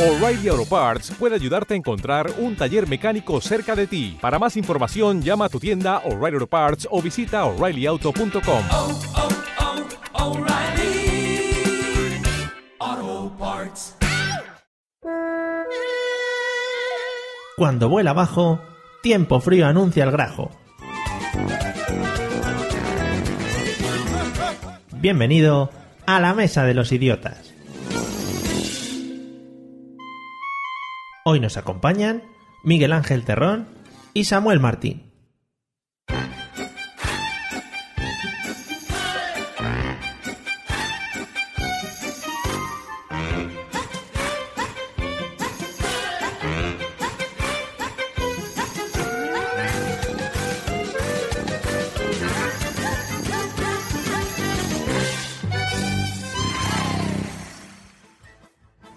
O'Reilly Auto Parts puede ayudarte a encontrar un taller mecánico cerca de ti. Para más información, llama a tu tienda O'Reilly Auto Parts o visita oreillyauto.com. oh, oh, O'Reilly Auto Parts. Cuando vuela abajo, tiempo frío anuncia el grajo. Bienvenido a la Mesa de los Idiotas. Hoy nos acompañan Miguel Ángel Terrón y Samuel Martín.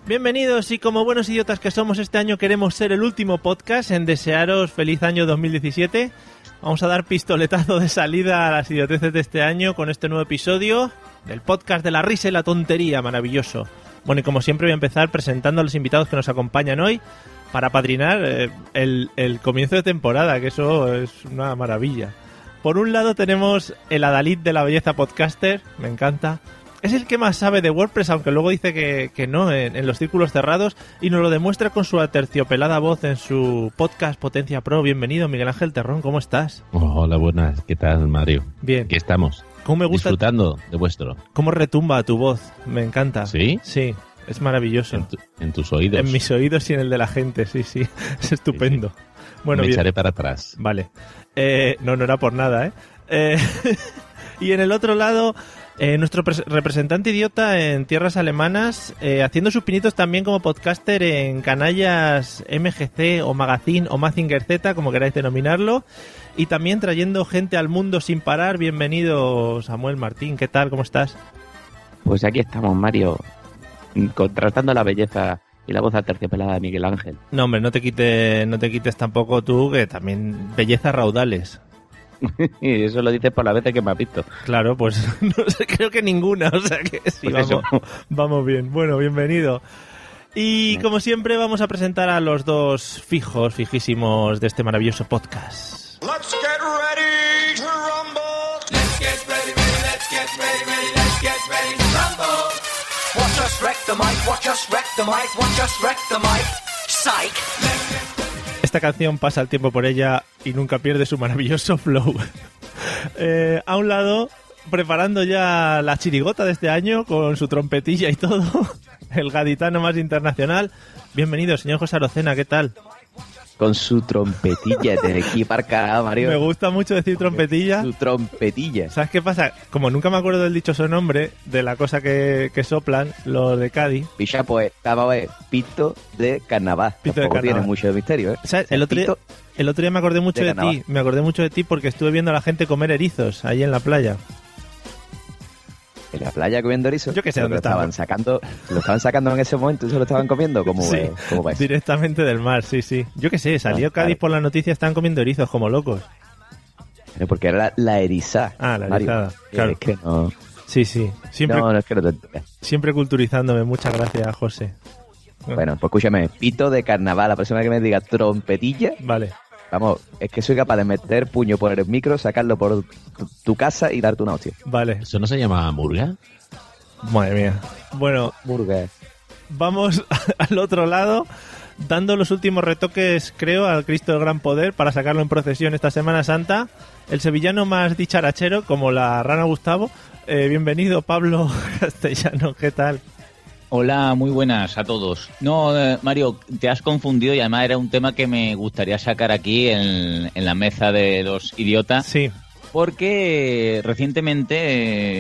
Bienvenidos y como buenos idiotas que somos este año queremos ser el último podcast en desearos feliz año 2017. Vamos a dar pistoletazo de salida a las idioteces de este año con este nuevo episodio del podcast de la risa y la tontería, maravilloso. Bueno, y como siempre voy a empezar presentando a los invitados que nos acompañan hoy para padrinar eh, el, el comienzo de temporada, que eso es una maravilla. Por un lado tenemos el Adalid de la belleza podcaster, me encanta. Es el que más sabe de WordPress, aunque luego dice que, que no en, en los círculos cerrados, y nos lo demuestra con su aterciopelada voz en su podcast Potencia Pro. Bienvenido, Miguel Ángel Terrón, ¿cómo estás? Hola, buenas. ¿Qué tal, Mario? Bien. Aquí estamos, ¿Cómo me gusta? disfrutando de vuestro. ¿Cómo retumba tu voz? Me encanta. ¿Sí? Sí, es maravilloso. En, tu- en tus oídos. Ah. En mis oídos y en el de la gente, sí, sí. Es estupendo. Bueno, Me bien. echaré para atrás. Vale. Eh, no, no era por nada, ¿eh? Eh, y en el otro lado, eh, nuestro pres- representante idiota en tierras alemanas, eh, haciendo sus pinitos también como podcaster en canallas MGC o Magazine o Mazinger Z, como queráis denominarlo. Y también trayendo gente al mundo sin parar. Bienvenido, Samuel Martín. ¿Qué tal? ¿Cómo estás? Pues aquí estamos, Mario, contrastando la belleza y la voz aterciopelada de Miguel Ángel. No, hombre, no te, quite, no te quites tampoco tú, que también bellezas raudales. Y eso lo dices por las veces que me has visto. Claro, pues no sé, creo que ninguna, o sea que sí, Pues eso. vamos, vamos bien. Bueno, bienvenido. Y como siempre vamos a presentar a los dos fijos, fijísimos de este maravilloso podcast. Let's get ready to rumble. Let's get ready, ready, let's get ready, ready, let's get ready to rumble. Watch us wreck the mic. Watch us wreck the mic. Watch us wreck the mic. Psych. Esta canción pasa el tiempo por ella y nunca pierde su maravilloso flow. Eh, a un lado, preparando ya la chirigota de este año con su trompetilla y todo, el gaditano más internacional. Bienvenido, señor José Arocena, ¿qué tal? Con su trompetilla de aquí para acá, Mario. Me gusta mucho decir trompetilla. Su trompetilla. ¿Sabes qué pasa? Como nunca me acuerdo del dichoso nombre de la cosa que, que soplan, lo de Cádiz. Picha, pues, estaba eh, pito de carnaval. Pito de Tampoco carnaval. tiene mucho de misterio, ¿eh? ¿Sabes? El otro, día, Pito el otro día me acordé mucho de de, ti. carnaval. Me acordé mucho de ti porque estuve viendo a la gente comer erizos ahí en la playa. En la playa comiendo erizo. Yo que sé Lo dónde lo estaba. estaban sacando. Lo estaban sacando en ese momento y se lo estaban comiendo. ¿Cómo, Sí. eh, cómo va eso? Directamente del mar, sí, sí. Pues. Yo qué sé, salió Ah, Cádiz claro. por la noticia, están comiendo erizos como locos. Pero Porque era la, la erizada. Ah, la Mario. erizada, Eh, claro. Es que no. Sí, sí. Siempre, No, no es que no te enteras. siempre culturizándome. Muchas gracias, José. Bueno, pues escúchame, pito de carnaval, la persona que me diga trompetilla, Vale. vamos, es que soy capaz de meter puño por el micro, sacarlo por tu, tu casa y darte una hostia. Vale. ¿Eso no se llama murga? Madre mía. Bueno, Burger. vamos al otro lado dando los últimos retoques, creo, al Cristo del Gran Poder para sacarlo en procesión esta Semana Santa. El sevillano más dicharachero, como la rana Gustavo. Eh, bienvenido, Pablo Castellano, ¿qué tal? Hola, muy buenas a todos. No, eh, Mario, te has confundido y además era un tema que me gustaría sacar aquí en, en la mesa de los idiotas, Sí, porque recientemente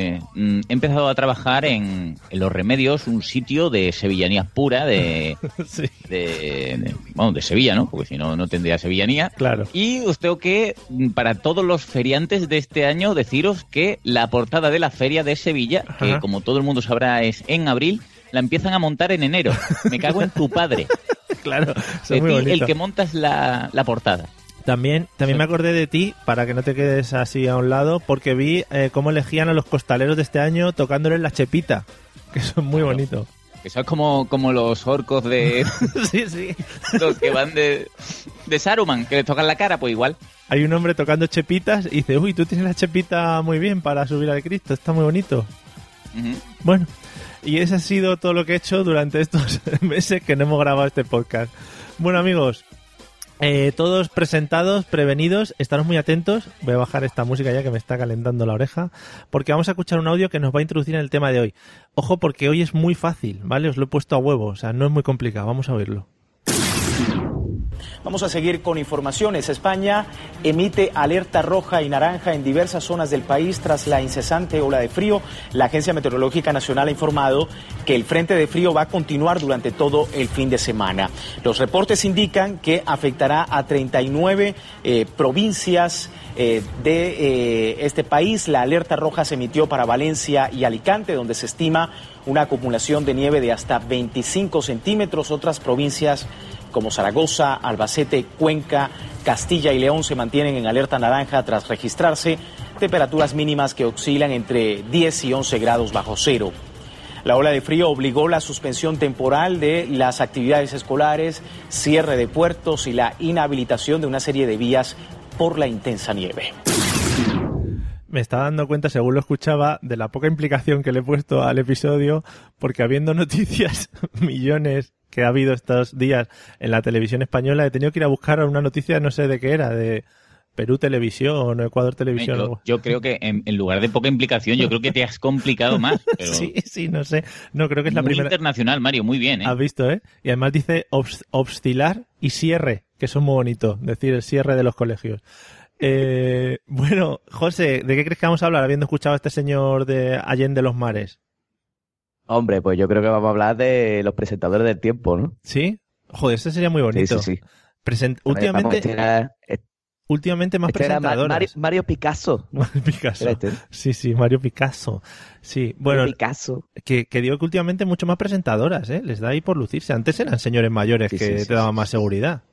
eh, mm, he empezado a trabajar en, en Los Remedios, un sitio de sevillanías pura, de, sí, de- de- bueno, de Sevilla, ¿no? Porque si no, no tendría sevillanía. claro. Y os tengo que, mm, para todos los feriantes de este año, deciros que la portada de la feria de Sevilla, Ajá. que como todo el mundo sabrá es en abril, la empiezan a montar en enero. Me cago en tu padre. Claro, Eh, eso De es muy ti, bonito. el que montas la, la portada. También, también me acordé de ti, para que no te quedes así a un lado, porque vi eh, cómo elegían a los costaleros de este año tocándoles la chepita, que eso es muy bonito. Eso es como, como los orcos de sí, sí. los que van de, de Saruman, que le tocan la cara, pues igual. Hay un hombre tocando chepitas y dice, uy, tú tienes la chepita muy bien para subir al Cristo, está muy bonito. Ujú. Bueno, y ese ha sido todo lo que he hecho durante estos meses que no hemos grabado este podcast. Bueno, amigos, eh, todos presentados, prevenidos, estaros muy atentos. Voy a bajar esta música ya que me está calentando la oreja, porque vamos a escuchar un audio que nos va a introducir en el tema de hoy. Ojo, porque hoy es muy fácil, ¿vale? Os lo he puesto a huevo, o sea, no es muy complicado. Vamos a oírlo. Vamos a seguir con informaciones. España emite alerta roja y naranja en diversas zonas del país tras la incesante ola de frío. La Agencia Meteorológica Nacional ha informado que el frente de frío va a continuar durante todo el fin de semana. Los reportes indican que afectará a 39 eh, provincias eh, de eh, este país. La alerta roja se emitió para Valencia y Alicante, donde se estima una acumulación de nieve de hasta 25 centímetros. Otras provincias como Zaragoza, Albacete, Cuenca, Castilla y León se mantienen en alerta naranja tras registrarse temperaturas mínimas que oscilan entre 10 y 11 grados bajo cero. La ola de frío obligó la suspensión temporal de las actividades escolares, cierre de puertos y la inhabilitación de una serie de vías por la intensa nieve. Me estaba dando cuenta, según lo escuchaba, de la poca implicación que le he puesto al episodio, porque habiendo noticias, millones que ha habido estos días en la televisión española, he tenido que ir a buscar una noticia, no sé de qué era, de Perú Televisión o Ecuador Televisión. Eh, Yo, algo. yo creo que en, en lugar de poca implicación, yo creo que te has complicado más. Pero Sí, sí, no sé. No, creo que es la muy primera. internacional, Mario, muy bien, ¿eh? Has visto, ¿eh? Y además dice obs- obstilar y cierre, que son muy bonitos, decir el cierre de los colegios. Eh, bueno, José, ¿de qué crees que vamos a hablar habiendo escuchado a este señor de Allende los Mares? Hombre, pues yo creo que vamos a hablar de los presentadores del tiempo, ¿no? ¿Sí? Joder, este sería muy Sí, bonito. sí, sí. Present- Vamos, este últimamente, era, este últimamente más era Ma- presentadores. Mario, Mario Picasso. Picasso. Era este. Sí, sí, Mario Picasso. Sí, bueno, Picasso. que, que digo que últimamente mucho más presentadoras, ¿eh? Les da ahí por lucirse. Antes eran señores mayores Sí, que sí, sí, te daban sí, más seguridad.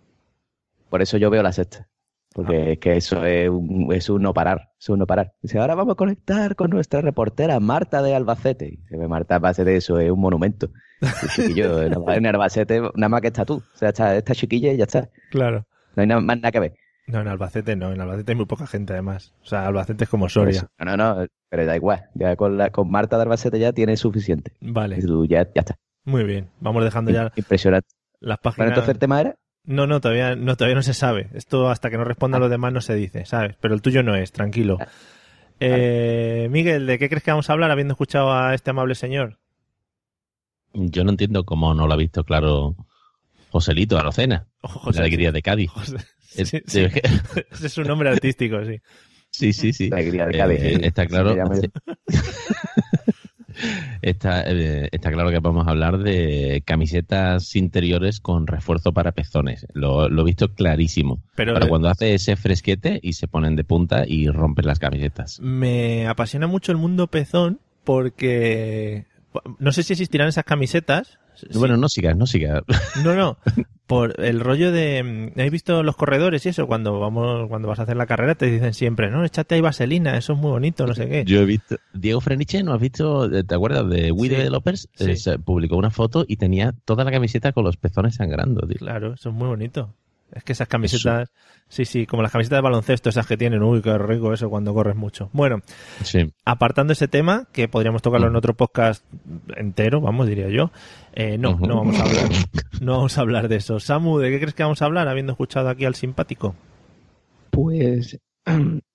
Por eso yo veo la sexta. Porque Ah. es que eso es un, es un no parar, es un no parar. Dice, ahora vamos a conectar con nuestra reportera Marta de Albacete. Y Dice, Marta Albacete, eso es un monumento. Y chiquillo, en Alba- en Albacete nada más que está tú. O sea, está esta chiquilla y ya está. Claro. No hay nada más nada que ver. No, en Albacete no, en Albacete hay muy poca gente además. O sea, Albacete es como Por Soria. eso. Pues, No, no, no, pero da igual. Ya con, la- con Marta de Albacete ya tiene suficiente. Y Vale, tú ya, ya está. muy bien. Vamos dejando ya Impresionante. las Bueno, páginas. entonces el tema era... No, no, todavía no, todavía no se sabe. Esto hasta que no responda a los demás no se dice, ¿sabes? Pero el tuyo no es, tranquilo. Eh, Miguel, ¿de qué crees que vamos a hablar habiendo escuchado a este amable señor? Yo no entiendo cómo no lo ha visto claro Joselito Arocena, Ojo, la alegría de Cádiz. José- sí, Eh, sí, de- Ese es un nombre artístico, sí. Sí, sí, sí. La alegría de Eh, Cádiz. eh, está claro. Se llama- está, eh, está claro que vamos a hablar de camisetas interiores con refuerzo para pezones. Lo, lo he visto clarísimo. Pero eh. Para cuando hace ese fresquete y se ponen de punta y rompen las camisetas. me apasiona mucho el mundo pezón porque no sé si existirán esas camisetas. Bueno, no sigas, no sigas. No, no. Por el rollo de. mm, ¿Habéis visto los corredores y eso? Cuando vamos, cuando vas a hacer la carrera te dicen siempre, no, échate ahí vaselina, eso es muy bonito, no sé qué. Yo he visto. Diego Freniche, ¿no has visto? eh, ¿Te acuerdas de We Sí. Developers? Eh, Sí. se publicó una foto y tenía toda la camiseta con los pezones sangrando. tío. Claro, eso es muy bonito. Es que esas camisetas, sí, sí, como las camisetas de baloncesto, esas que tienen, uy, qué rico eso cuando corres mucho. Bueno, Sí. apartando ese tema, que podríamos tocarlo en otro podcast entero, vamos, diría yo, eh, no, Ujú. no vamos a hablar, no vamos a hablar de eso. Samu, ¿de qué crees que vamos a hablar habiendo escuchado aquí al simpático? Pues...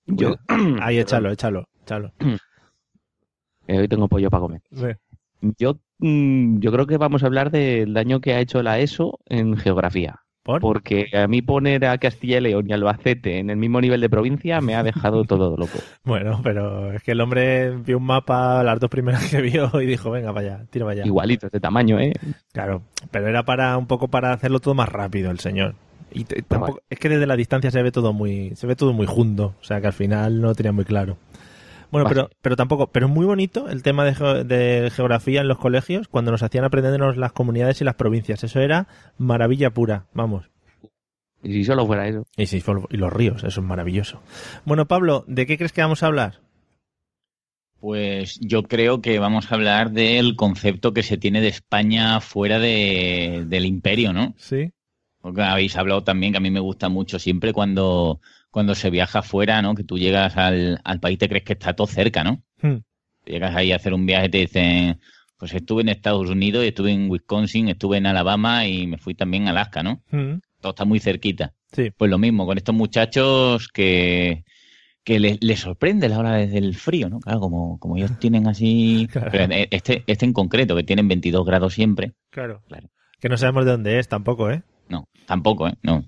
Yo... Ahí, échalo, échalo, échalo. Eh, Hoy tengo pollo para comer. Ve. Yo, mm, yo creo que vamos a hablar del daño que ha hecho la ESO en geografía. ¿Por? Porque a mí poner a Castilla y León y Albacete en el mismo nivel de provincia me ha dejado todo loco. Bueno, pero es que el hombre vio un mapa, las dos primeras que vio, y dijo, venga, vaya, tira vaya. Igualitos de tamaño, ¿eh? Claro, pero era para un poco para hacerlo todo más rápido el señor. Y te- tampoco- es que desde la distancia se ve todo muy se ve todo muy junto, o sea que al final no lo tenía muy claro. Bueno, Vale. pero pero tampoco, pero es muy bonito el tema de, geo- de geografía en los colegios cuando nos hacían aprendernos las comunidades y las provincias, eso era maravilla pura, vamos. Y si solo fuera eso. Y, sí, y los ríos, eso es maravilloso. Bueno, Pablo, ¿de qué crees que vamos a hablar? Pues yo creo que vamos a hablar del concepto que se tiene de España fuera de, del imperio, ¿no? Sí. Porque habéis hablado también que a mí me gusta mucho siempre cuando, cuando se viaja fuera, ¿no? Que tú llegas al, al país, te crees que está todo cerca, ¿no? Hmm. Llegas ahí a hacer un viaje y te dicen, pues estuve en Estados Unidos, estuve en Wisconsin, estuve en Alabama y me fui también a Alaska, ¿no? Mm. Todo está muy cerquita. Sí. Pues lo mismo con estos muchachos que, que les, les sorprende la hora desde el frío, ¿no? Claro, como, como ellos tienen así... Claro. Pero Este, este en concreto, que tienen 22 grados siempre. Claro. Claro. Que no sabemos de dónde es tampoco, ¿eh? No, tampoco, ¿eh? No.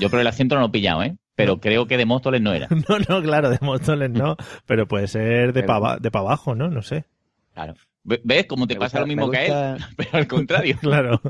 Yo por el acento no lo he pillado, ¿eh? Pero creo que de Móstoles no era. No, no, claro, de Móstoles no, pero puede ser de Me para de pa abajo, ¿no? No sé. Claro. Ve- ¿Ves cómo te Me gusta- pasa lo mismo me que a él? gusta- Pero al contrario. Claro.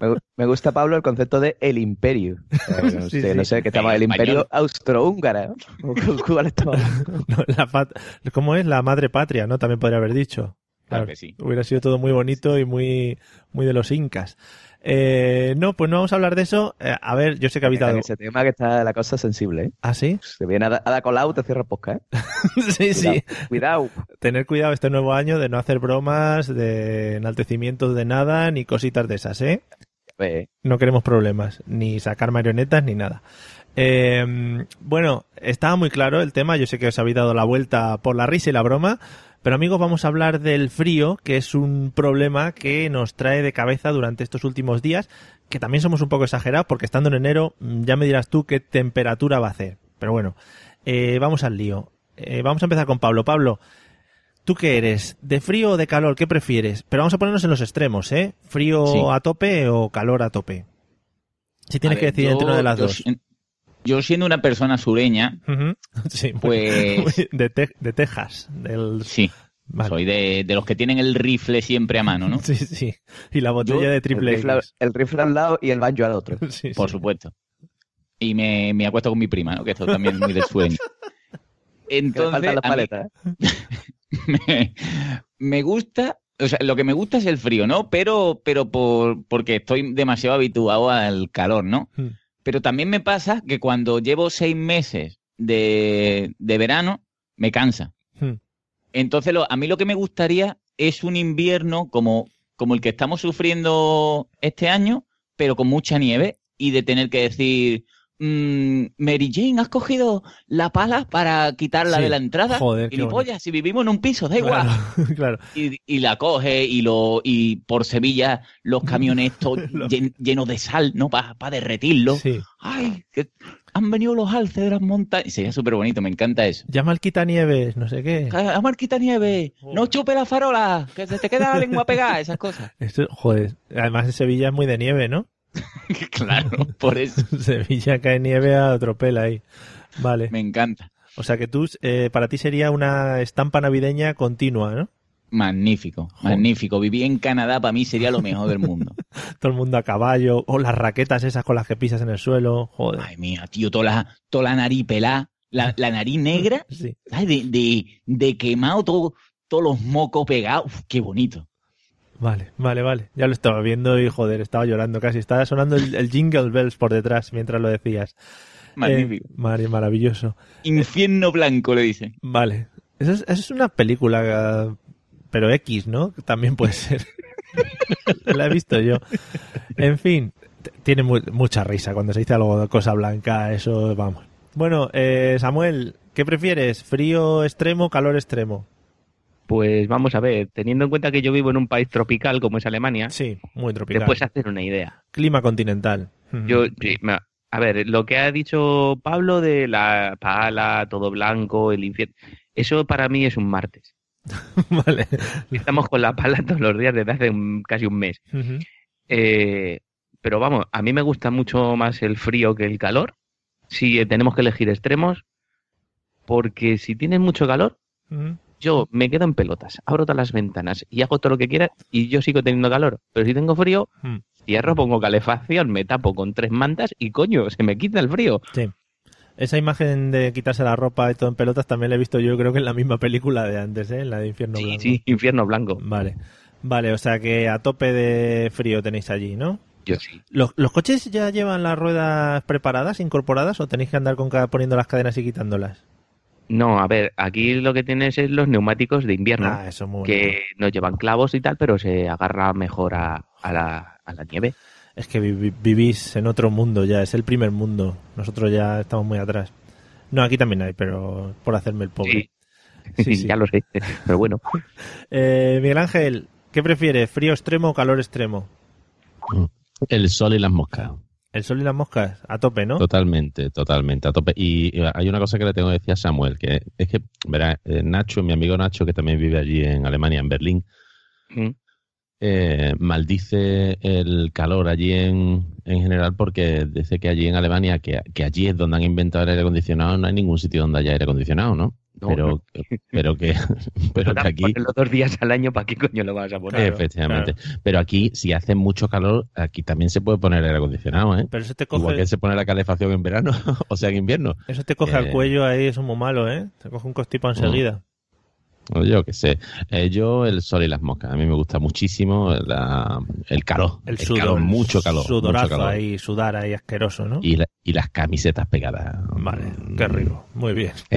Me, gu- me gusta, Pablo, el concepto de el imperio. O sea, no, Sí, sé, sí. no sé qué estaba, El el español. imperio austrohúngara. ¿no? ¿O cu- cuál estaba? No, la pat- ¿Cómo es? La madre patria, ¿no? También podría haber dicho. Claro que sí. Hubiera sido todo muy bonito y muy, muy de los incas. Eh, no, pues no vamos a hablar de eso. Eh, a ver, yo sé que habéis En dado... ese tema que está la cosa sensible. ¿eh? ¿Ah, sí? Se viene Ada, Ada Colau, te cierra el podcast. ¿eh? sí, sí. Cuidado. Tener cuidado este nuevo año de no hacer bromas, de enaltecimientos de nada, ni cositas de esas, ¿eh? Eh, No queremos problemas, ni sacar marionetas, ni nada. Eh, bueno, estaba muy claro el tema, yo sé que os habéis dado la vuelta por la risa y la broma, pero amigos, vamos a hablar del frío, que es un problema que nos trae de cabeza durante estos últimos días, que también somos un poco exagerados, porque estando en enero mm, ya me dirás tú qué temperatura va a hacer. Pero bueno, eh, vamos al lío. Eh, vamos a empezar con Pablo. Pablo, ¿tú qué eres? ¿De frío o de calor? ¿Qué prefieres? Pero vamos a ponernos en los extremos, ¿eh? ¿Frío Sí. a tope o calor a tope? Si tienes A que ver, decidir yo- entre una de las yo dos. si- Yo siendo una persona sureña, Ujú. Sí, muy- pues muy- de, Te- de Texas. Del... sí, Vale. soy de, de los que tienen el rifle siempre a mano, ¿no? Sí, sí. Y la botella Yo- de el, triple rifle, X. el rifle al lado y el banjo al otro. Sí, Por sí. supuesto. Y me, me acuesto con mi prima, ¿no? Que esto también es muy de sueño. Que le Entonces, faltan las a mí- paletas. ¿eh? me, me gusta, o sea, lo que me gusta es el frío, ¿no? Pero, pero por, porque estoy demasiado habituado al calor, ¿no? Hmm. Pero también me pasa que cuando llevo seis meses de, de verano, me cansa. Hmm. Entonces, lo- a mí lo que me gustaría es un invierno como, como el que estamos sufriendo este año, pero con mucha nieve y de tener que decir, "Mm, Mary Jane, ¿has cogido la pala para quitarla Sí. de la entrada? Joder, qué y bonito. si vivimos en un piso, da igual. Claro, claro. Y, y la coge y lo y por Sevilla los camiones to- Lo- llen- llenos de sal, ¿no? Para derretirlo. Sí. ¡Ay! que han venido los alces de las montañas. Sería súper bonito, me encanta eso. Llama al quitanieves, no sé qué. ¡Ah, Marquita Nieve! Oh. ¡No chupe la farola! ¡Que se te queda la lengua pegada! Esas cosas. Esto, joder, además en Sevilla es muy de nieve, ¿no? claro, por eso Sevilla cae nieve a tropel ahí. Vale. me encanta. O sea que tú, eh, para ti sería una estampa navideña continua, ¿no? Magnífico, magnífico. Vivir en Canadá para mí sería lo mejor del mundo. Todo el mundo a caballo, o las raquetas esas con las que pisas en el suelo, joder. Ay, mía, tío, toda la, toda la nariz pelada, la- la nariz negra Sí. Ay, de, de, de quemado todo- todos los mocos pegados. Uf, qué bonito. Vale, vale, vale. Ya lo estaba viendo y joder, estaba llorando casi. Estaba sonando el, el jingle bells por detrás mientras lo decías. Magnífico. Eh, mari- maravilloso. Eh, Infierno blanco, le dicen. Vale. Eso es, eso es una película, eh, pero X, ¿no? También puede ser. La he visto yo. En fin, t- tiene mu- mucha risa cuando se dice algo de cosa blanca, eso vamos. Bueno, eh, Samuel, ¿qué prefieres? ¿Frío extremo, calor extremo? Pues vamos a ver, teniendo en cuenta que yo vivo en un país tropical como es Alemania, Sí, muy tropical. te puedes hacer una idea. Clima continental. Ujú. Yo, sí, me- a ver, lo que ha dicho Pablo de la pala, todo blanco, el infierno, eso para mí es un martes. Vale. Estamos con la pala todos los días desde hace un- casi un mes. Ujú. Eh, pero vamos, a mí me gusta mucho más el frío que el calor. Si eh, tenemos que elegir extremos, porque si tienes mucho calor, Ujú. yo me quedo en pelotas, abro todas las ventanas y hago todo lo que quiera y yo sigo teniendo calor. Pero si tengo frío, Mm. cierro, pongo calefacción, me tapo con tres mantas y coño, se me quita el frío. Esa imagen de quitarse la ropa y todo en pelotas también la he visto yo creo que en la misma película de antes, ¿eh? en la de Infierno sí, Blanco. sí, infierno blanco. Vale. Vale, o sea que a tope de frío tenéis allí, ¿no? Yo sí. ¿Los, los coches ya llevan las ruedas preparadas, incorporadas, o tenéis que andar con cada, poniendo las cadenas y quitándolas? No, a ver, aquí lo que tienes es los neumáticos de invierno, Ah, eso es muy bonito. que no llevan clavos y tal, pero se agarra mejor a, a la, a la nieve. Es que vi- vi- vivís en otro mundo ya, es el primer mundo. Nosotros ya estamos muy atrás. No, aquí también hay, pero por hacerme el pobre. Sí, Sí, sí. ya lo sé, pero bueno. Eh, Miguel Ángel, ¿qué prefieres, frío extremo o calor extremo? El sol y las moscas. El sol y las moscas, a tope, ¿no? Totalmente, totalmente, a tope. Y eh, hay una cosa que le tengo que decir a Samuel, que es que, verá, eh, Nacho, mi amigo Nacho, que también vive allí en Alemania, en Berlín, Mm. eh, maldice el calor allí en, en general porque dice que allí en Alemania, que, que allí es donde han inventado el aire acondicionado, no hay ningún sitio donde haya aire acondicionado, ¿no? No, pero, pero que, pero que Total, aquí... ponerlo dos días al año, ¿para qué coño lo vas a poner? Claro, efectivamente. Pero aquí, si hace mucho calor, aquí también se puede poner aire acondicionado, ¿eh? Pero eso te Igual coge, que se pone la calefacción en verano, o sea, en invierno. eso te coge al eh, mm, cuello ahí, eso es muy malo, ¿eh? Te coge un constipo enseguida. O Yo qué sé. Eh, yo el sol y las moscas. A mí me gusta muchísimo la- el calor. El calor, sudor. mucho calor. mucho Sudorazo calor. ahí, sudar ahí asqueroso, ¿no? Y, la- y las camisetas pegadas. Mm, Vale, qué rico. Muy bien. eh,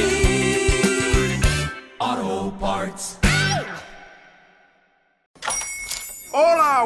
Hola,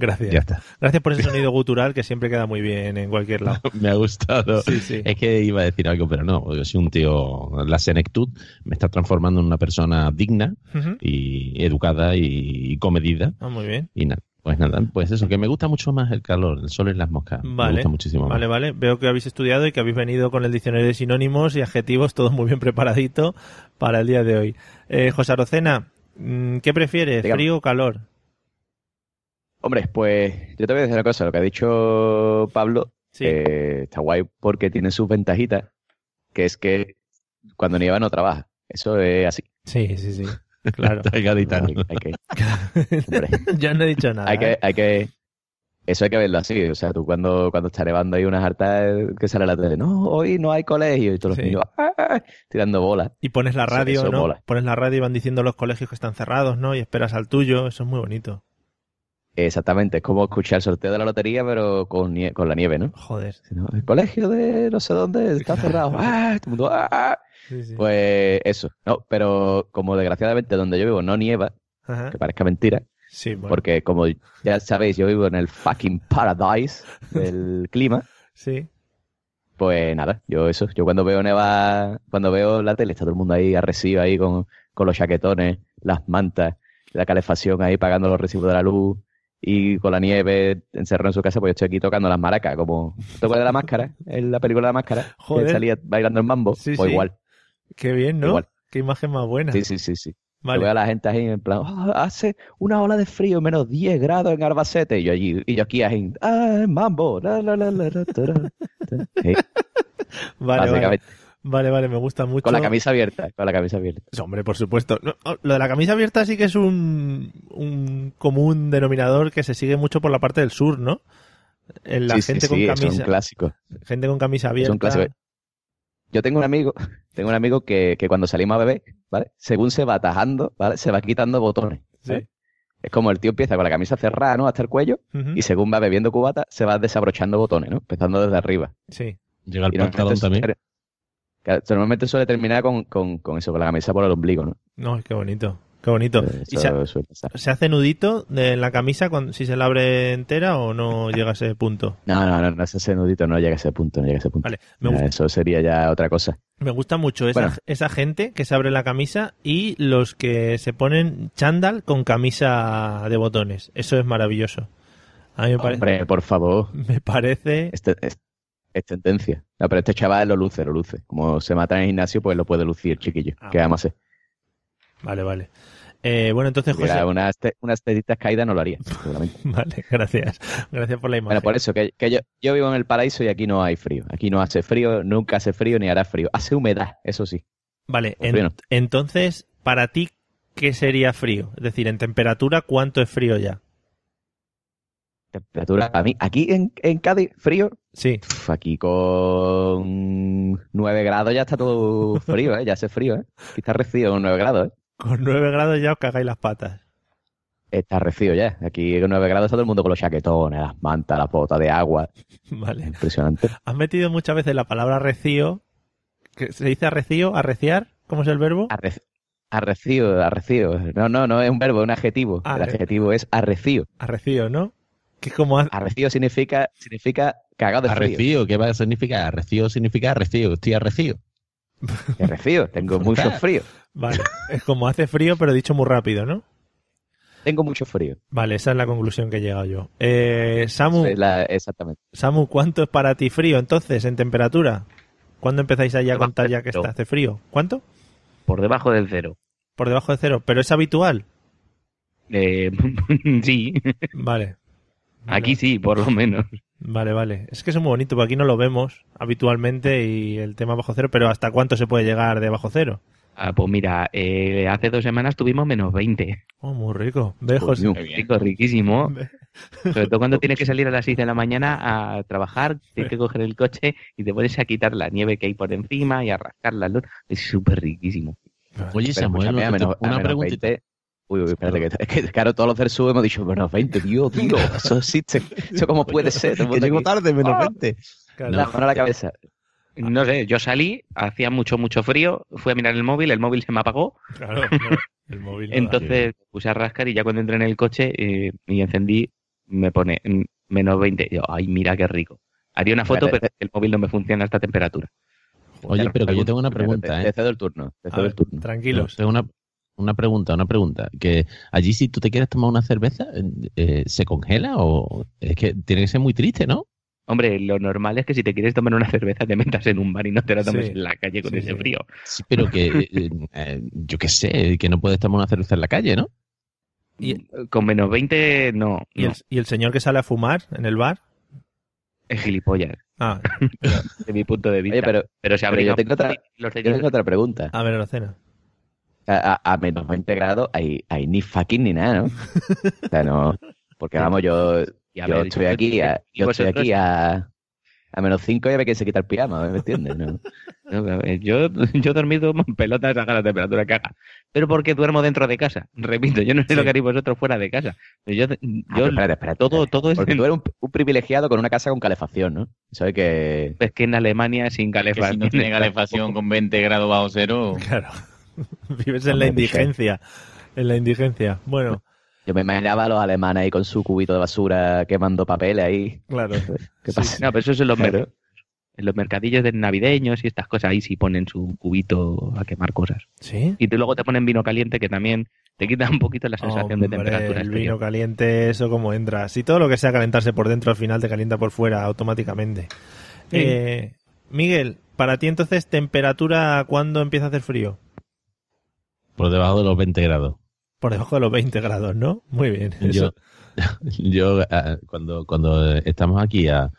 Gracias. Ya está. Gracias por ese sonido gutural que siempre queda muy bien en cualquier lado. Me ha gustado. Sí, sí. Es que iba a decir algo, pero no. Yo soy un tío. La senectud me está transformando en una persona digna Ujú. y educada y, comedida. Ah, muy bien. Y nada. Pues nada, pues eso, que me gusta mucho más el calor, el sol y las moscas. Vale. Me gusta muchísimo más. Vale, vale. Veo que habéis estudiado y que habéis venido con el diccionario de sinónimos y adjetivos, todo muy bien preparadito para el día de hoy. Eh, José Arocena, mm, ¿qué prefieres, Dígame. frío o calor? Hombre, pues yo te voy a decir una cosa, lo que ha dicho Pablo Sí. eh, está guay porque tiene sus ventajitas, que es que cuando nieva no trabaja. Eso es así. sí, sí, sí. Claro. Traiga gaditano. Hay, hay que, hombre, Yo no he dicho nada. hay ¿eh? que, hay que- eso hay que verlo así. O sea, tú cuando, cuando está nevando hay unas hartas que sale a la tele, no, hoy no hay colegio, y todos Sí. los niños "Ah", tirando bolas. Y pones la Eso- radio, eso ¿no? mola. Pones la radio y van diciendo los colegios que están cerrados, ¿no? Y esperas al tuyo, eso es muy bonito. Exactamente, es como escuchar el sorteo de la lotería, pero con, nie- con la nieve, ¿no? Joder. ¿no? El colegio de no sé dónde está cerrado. ¡Ah! Todo el mundo, ¡ah! Sí, sí. Pues eso, no, pero como desgraciadamente donde yo vivo no nieva, Ajá. que parezca mentira, Sí, bueno. porque como ya sabéis, yo vivo en el fucking paradise del clima, Sí. pues nada, yo eso, yo cuando veo neva, cuando veo la tele, está todo el mundo ahí arrecido ahí con, con los chaquetones, las mantas, la calefacción ahí pagando los recibos de la luz y con la nieve encerrado en su casa, pues yo estoy aquí tocando las maracas, como toco de la máscara, en la película de la máscara, que Joder. salía bailando el mambo, Sí, pues sí. igual, Qué bien, ¿no? Igual. Qué imagen más buena. sí, sí, sí, sí. Yo veo Vale. a la gente ahí en plan, "Ah, hace una ola de frío, menos 10 grados en Albacete. Y yo, allí, y yo aquí, ahí, ah, mambo. la, la, la, la, la, ta, ra, ta". Sí, Vale, vale, básicamente, vale, vale, me gusta mucho. Con la camisa abierta, con la camisa abierta. Sí, Hombre, por supuesto. No, no, Lo de la camisa abierta sí que es un, un común denominador que se sigue mucho por la parte del sur, ¿no? En la Sí, sí, gente, con sí, eso es camisa, un clásico. gente con camisa es abierta. un clásico. Yo tengo un amigo, tengo un amigo que, que cuando salimos a beber, ¿vale? Según se va atajando, ¿vale? Se va quitando botones. ¿vale? Es como el tío empieza con la camisa cerrada, ¿no? Hasta el cuello. Ujú, Y según va bebiendo cubata, se va desabrochando botones, ¿no? Empezando desde arriba. sí. Llega el Y pantalón normalmente también. suele- claro, normalmente suele terminar con, con- con eso, con la camisa por el ombligo, ¿no? Eh, No, qué bonito. Qué bonito. Eso ¿Y se, suele pasar. se hace nudito de- en la camisa cuando, si se la abre entera o no llega a ese punto? No, no, no, no, ese nudito no llega a ese punto, no llega a ese punto. Vale, me, Ya, gusta, Eso sería ya otra cosa. me gusta mucho esa, Bueno. esa gente que se abre la camisa y los que se ponen chándal con camisa de botones. Eso es maravilloso. A mí me, pare- Hombre, por favor, me parece... este- este- es, tendencia. No, pero este chaval lo luce, lo luce. Como se mata en el gimnasio, pues lo puede lucir, chiquillo. Ah. ¿Qué vamos a hacer? Vale, vale. Eh, bueno, entonces, Si hubiera José... unas, te- unas tetitas caídas no lo haría, seguramente. Vale, gracias. Gracias por la imagen. Bueno, por eso, que, que yo, yo vivo en el paraíso y aquí no hay frío. Aquí no hace frío, nunca hace frío ni hará frío. Hace humedad, eso sí. Vale, Pues en- bien. entonces, para ti, ¿qué sería frío? Es decir, en temperatura, ¿cuánto es frío ya? Temperatura, a mí, aquí en, en Cádiz, frío, Sí, pf, aquí con 9 grados ya está todo frío, ¿eh? ya hace frío, ¿eh? Aquí está recido con 9 grados, ¿eh? con 9 grados ya os cagáis las patas. Está recido ya. Aquí con 9 grados está todo el mundo con los chaquetones, las mantas, las botas de agua. Vale. Impresionante. Has metido muchas veces la palabra rocío, que se dice arrecío, arreciar, ¿cómo es el verbo? Arre- Arrecio, arrecio. No, no, no es un verbo, es un adjetivo. Ah, el eh. adjetivo es arrecio. Arrecío, ¿no? Que es como... ar- Arrecio significa, significa cagado de frío. Arrecío, ¿qué va a significar? Arrecío significa arrecío, estoy arrecío. Qué frío, tengo mucho frío. Vale, es como hace frío, pero dicho muy rápido, ¿no? Tengo mucho frío. Vale, esa es la conclusión que he llegado yo. Eh, Samu, Es la- exactamente. Samu, ¿cuánto es para ti frío entonces en temperatura? ¿Cuándo empezáis ahí a Debajo contar de ya que cero. está, hace frío? ¿Cuánto? por debajo del cero. Por debajo de cero, pero es habitual. Eh, sí, Vale. aquí sí, por lo menos. Vale, vale. Es que es muy bonito, porque aquí no lo vemos habitualmente y el tema bajo cero, pero ¿hasta cuánto se puede llegar de bajo cero? Ah, pues mira, eh, hace dos semanas tuvimos menos 20. Oh, muy rico. Ve, José. Coño. Qué bien. Rico, riquísimo. Ve. Sobre todo cuando tienes que salir a las 6 de la mañana a trabajar, tienes que coger el coche y te pones a quitar la nieve que hay por encima y a rascar la luz. Es súper riquísimo. Oye, Pero Samuel, escúchame, a menos- a una menos preguntita. 20. Uy, uy, espérate, que, es que, claro, todos los del sur hemos dicho, menos 20, tío, tío, eso existe. Eso cómo puede ser. Todo el mundo aquí- Ah. tarde, menos 20. Claro. la mano a la cabeza. No sé, yo salí, hacía mucho, mucho frío, fui a mirar el móvil, el móvil se me apagó, Ah, Claro, no, el móvil. no da. entonces puse a rascar y ya cuando entré en el coche eh, y encendí, me pone mm, menos 20. Yo, ay, mira qué rico. Haría una foto, Vale. pero el móvil no me funciona a esta temperatura. Oye, pero que yo tengo una Primero, pregunta, te- ¿eh? Te cedo el turno, te A cedo ver, el turno. tranquilos. Tengo una, una pregunta, una pregunta. Que allí si tú te quieres tomar una cerveza, eh, ¿se congela o...? Es que tiene que ser muy triste, ¿no? Hombre, lo normal es que si te quieres tomar una cerveza te metas en un bar y no te la tomes Sí. en la calle con Sí, ese sí. frío. Sí, pero que... eh, eh, yo qué sé, que no puedes tomar una cerveza en la calle, ¿no? Y- Mm, Con menos 20, no. ¿Y, no, el, y el señor que sale a fumar en el bar? Es gilipollas, Ah, de mi punto de vista. Oye, pero pero se abre yo tengo otra- los yo tengo señores- otra pregunta. a ver la cena. A, a- a menos 20 grados hay, hay ni fucking ni nada, ¿no? O sea, no. Porque vamos, yo, y a yo ver, estoy yo- aquí, a, y yo estoy vosotros- aquí eh". a, a menos 5 y a ver quién se quita el pijama, ¿me entiendes? No. No, a ver, Yo, yo he dormido en pelotas a la temperatura que haga. Pero porque duermo dentro de casa. Repito, yo no sé Sí. lo que haréis vosotros fuera de casa. Yo, Ah, yo- pero espérate, espérate, todo, todo es, Porque en, tú eres un, un privilegiado con una casa con calefacción, ¿no? Sabes que. es que en Alemania sin Que si calefacción. no tiene calefacción con 20 grados bajo cero, Claro. Vives en la Hombre, dije. indigencia. En la indigencia. Bueno, Yo me imaginaba a los alemanes ahí con su cubito de basura quemando papel ahí. claro. ¿Qué pasa? No, pero eso es en los, Claro. merc- en los mercadillos de navideños y estas cosas. Ahí sí ponen su cubito a quemar cosas. ¿Sí? Y te- luego te ponen vino caliente que también te quita un poquito la sensación Oh, de Hombre, temperatura. El exterior. vino caliente, eso como entra. Si todo lo que sea calentarse por dentro, al final te calienta por fuera automáticamente. Sí. Eh, Miguel, para ti entonces, ¿temperatura cuándo empieza a hacer frío? Por debajo de los 20 grados. Por debajo de los 20 grados, ¿no? Muy bien. Yo, Eso- yo ah, cuando, cuando estamos aquí a,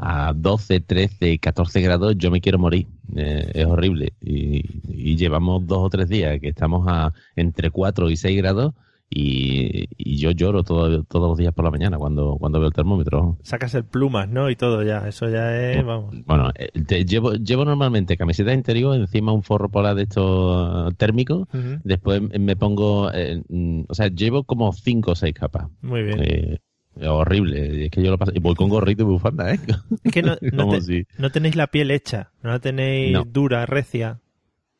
a 12, 13, 14 grados, yo me quiero morir. Eh, es horrible. Y, y llevamos dos o tres días que estamos a entre 4 y 6 grados y, y yo lloro todo- todos los días por la mañana cuando, cuando veo el termómetro. Sacas el plumas, ¿no? Y todo ya. Eso ya es, vamos. Bueno, eh, te- llevo, llevo normalmente camiseta interior, encima un forro polar de estos ah, térmicos. Ujú, Después me pongo, eh, mm, o sea, llevo como 5 o 6 capas. Muy bien. Eh, horrible. Es que yo lo paso. Y voy con gorrito y bufanda, ¿eh? Es que no, no Como te- si- no tenéis la piel hecha, no la tenéis No. dura, recia.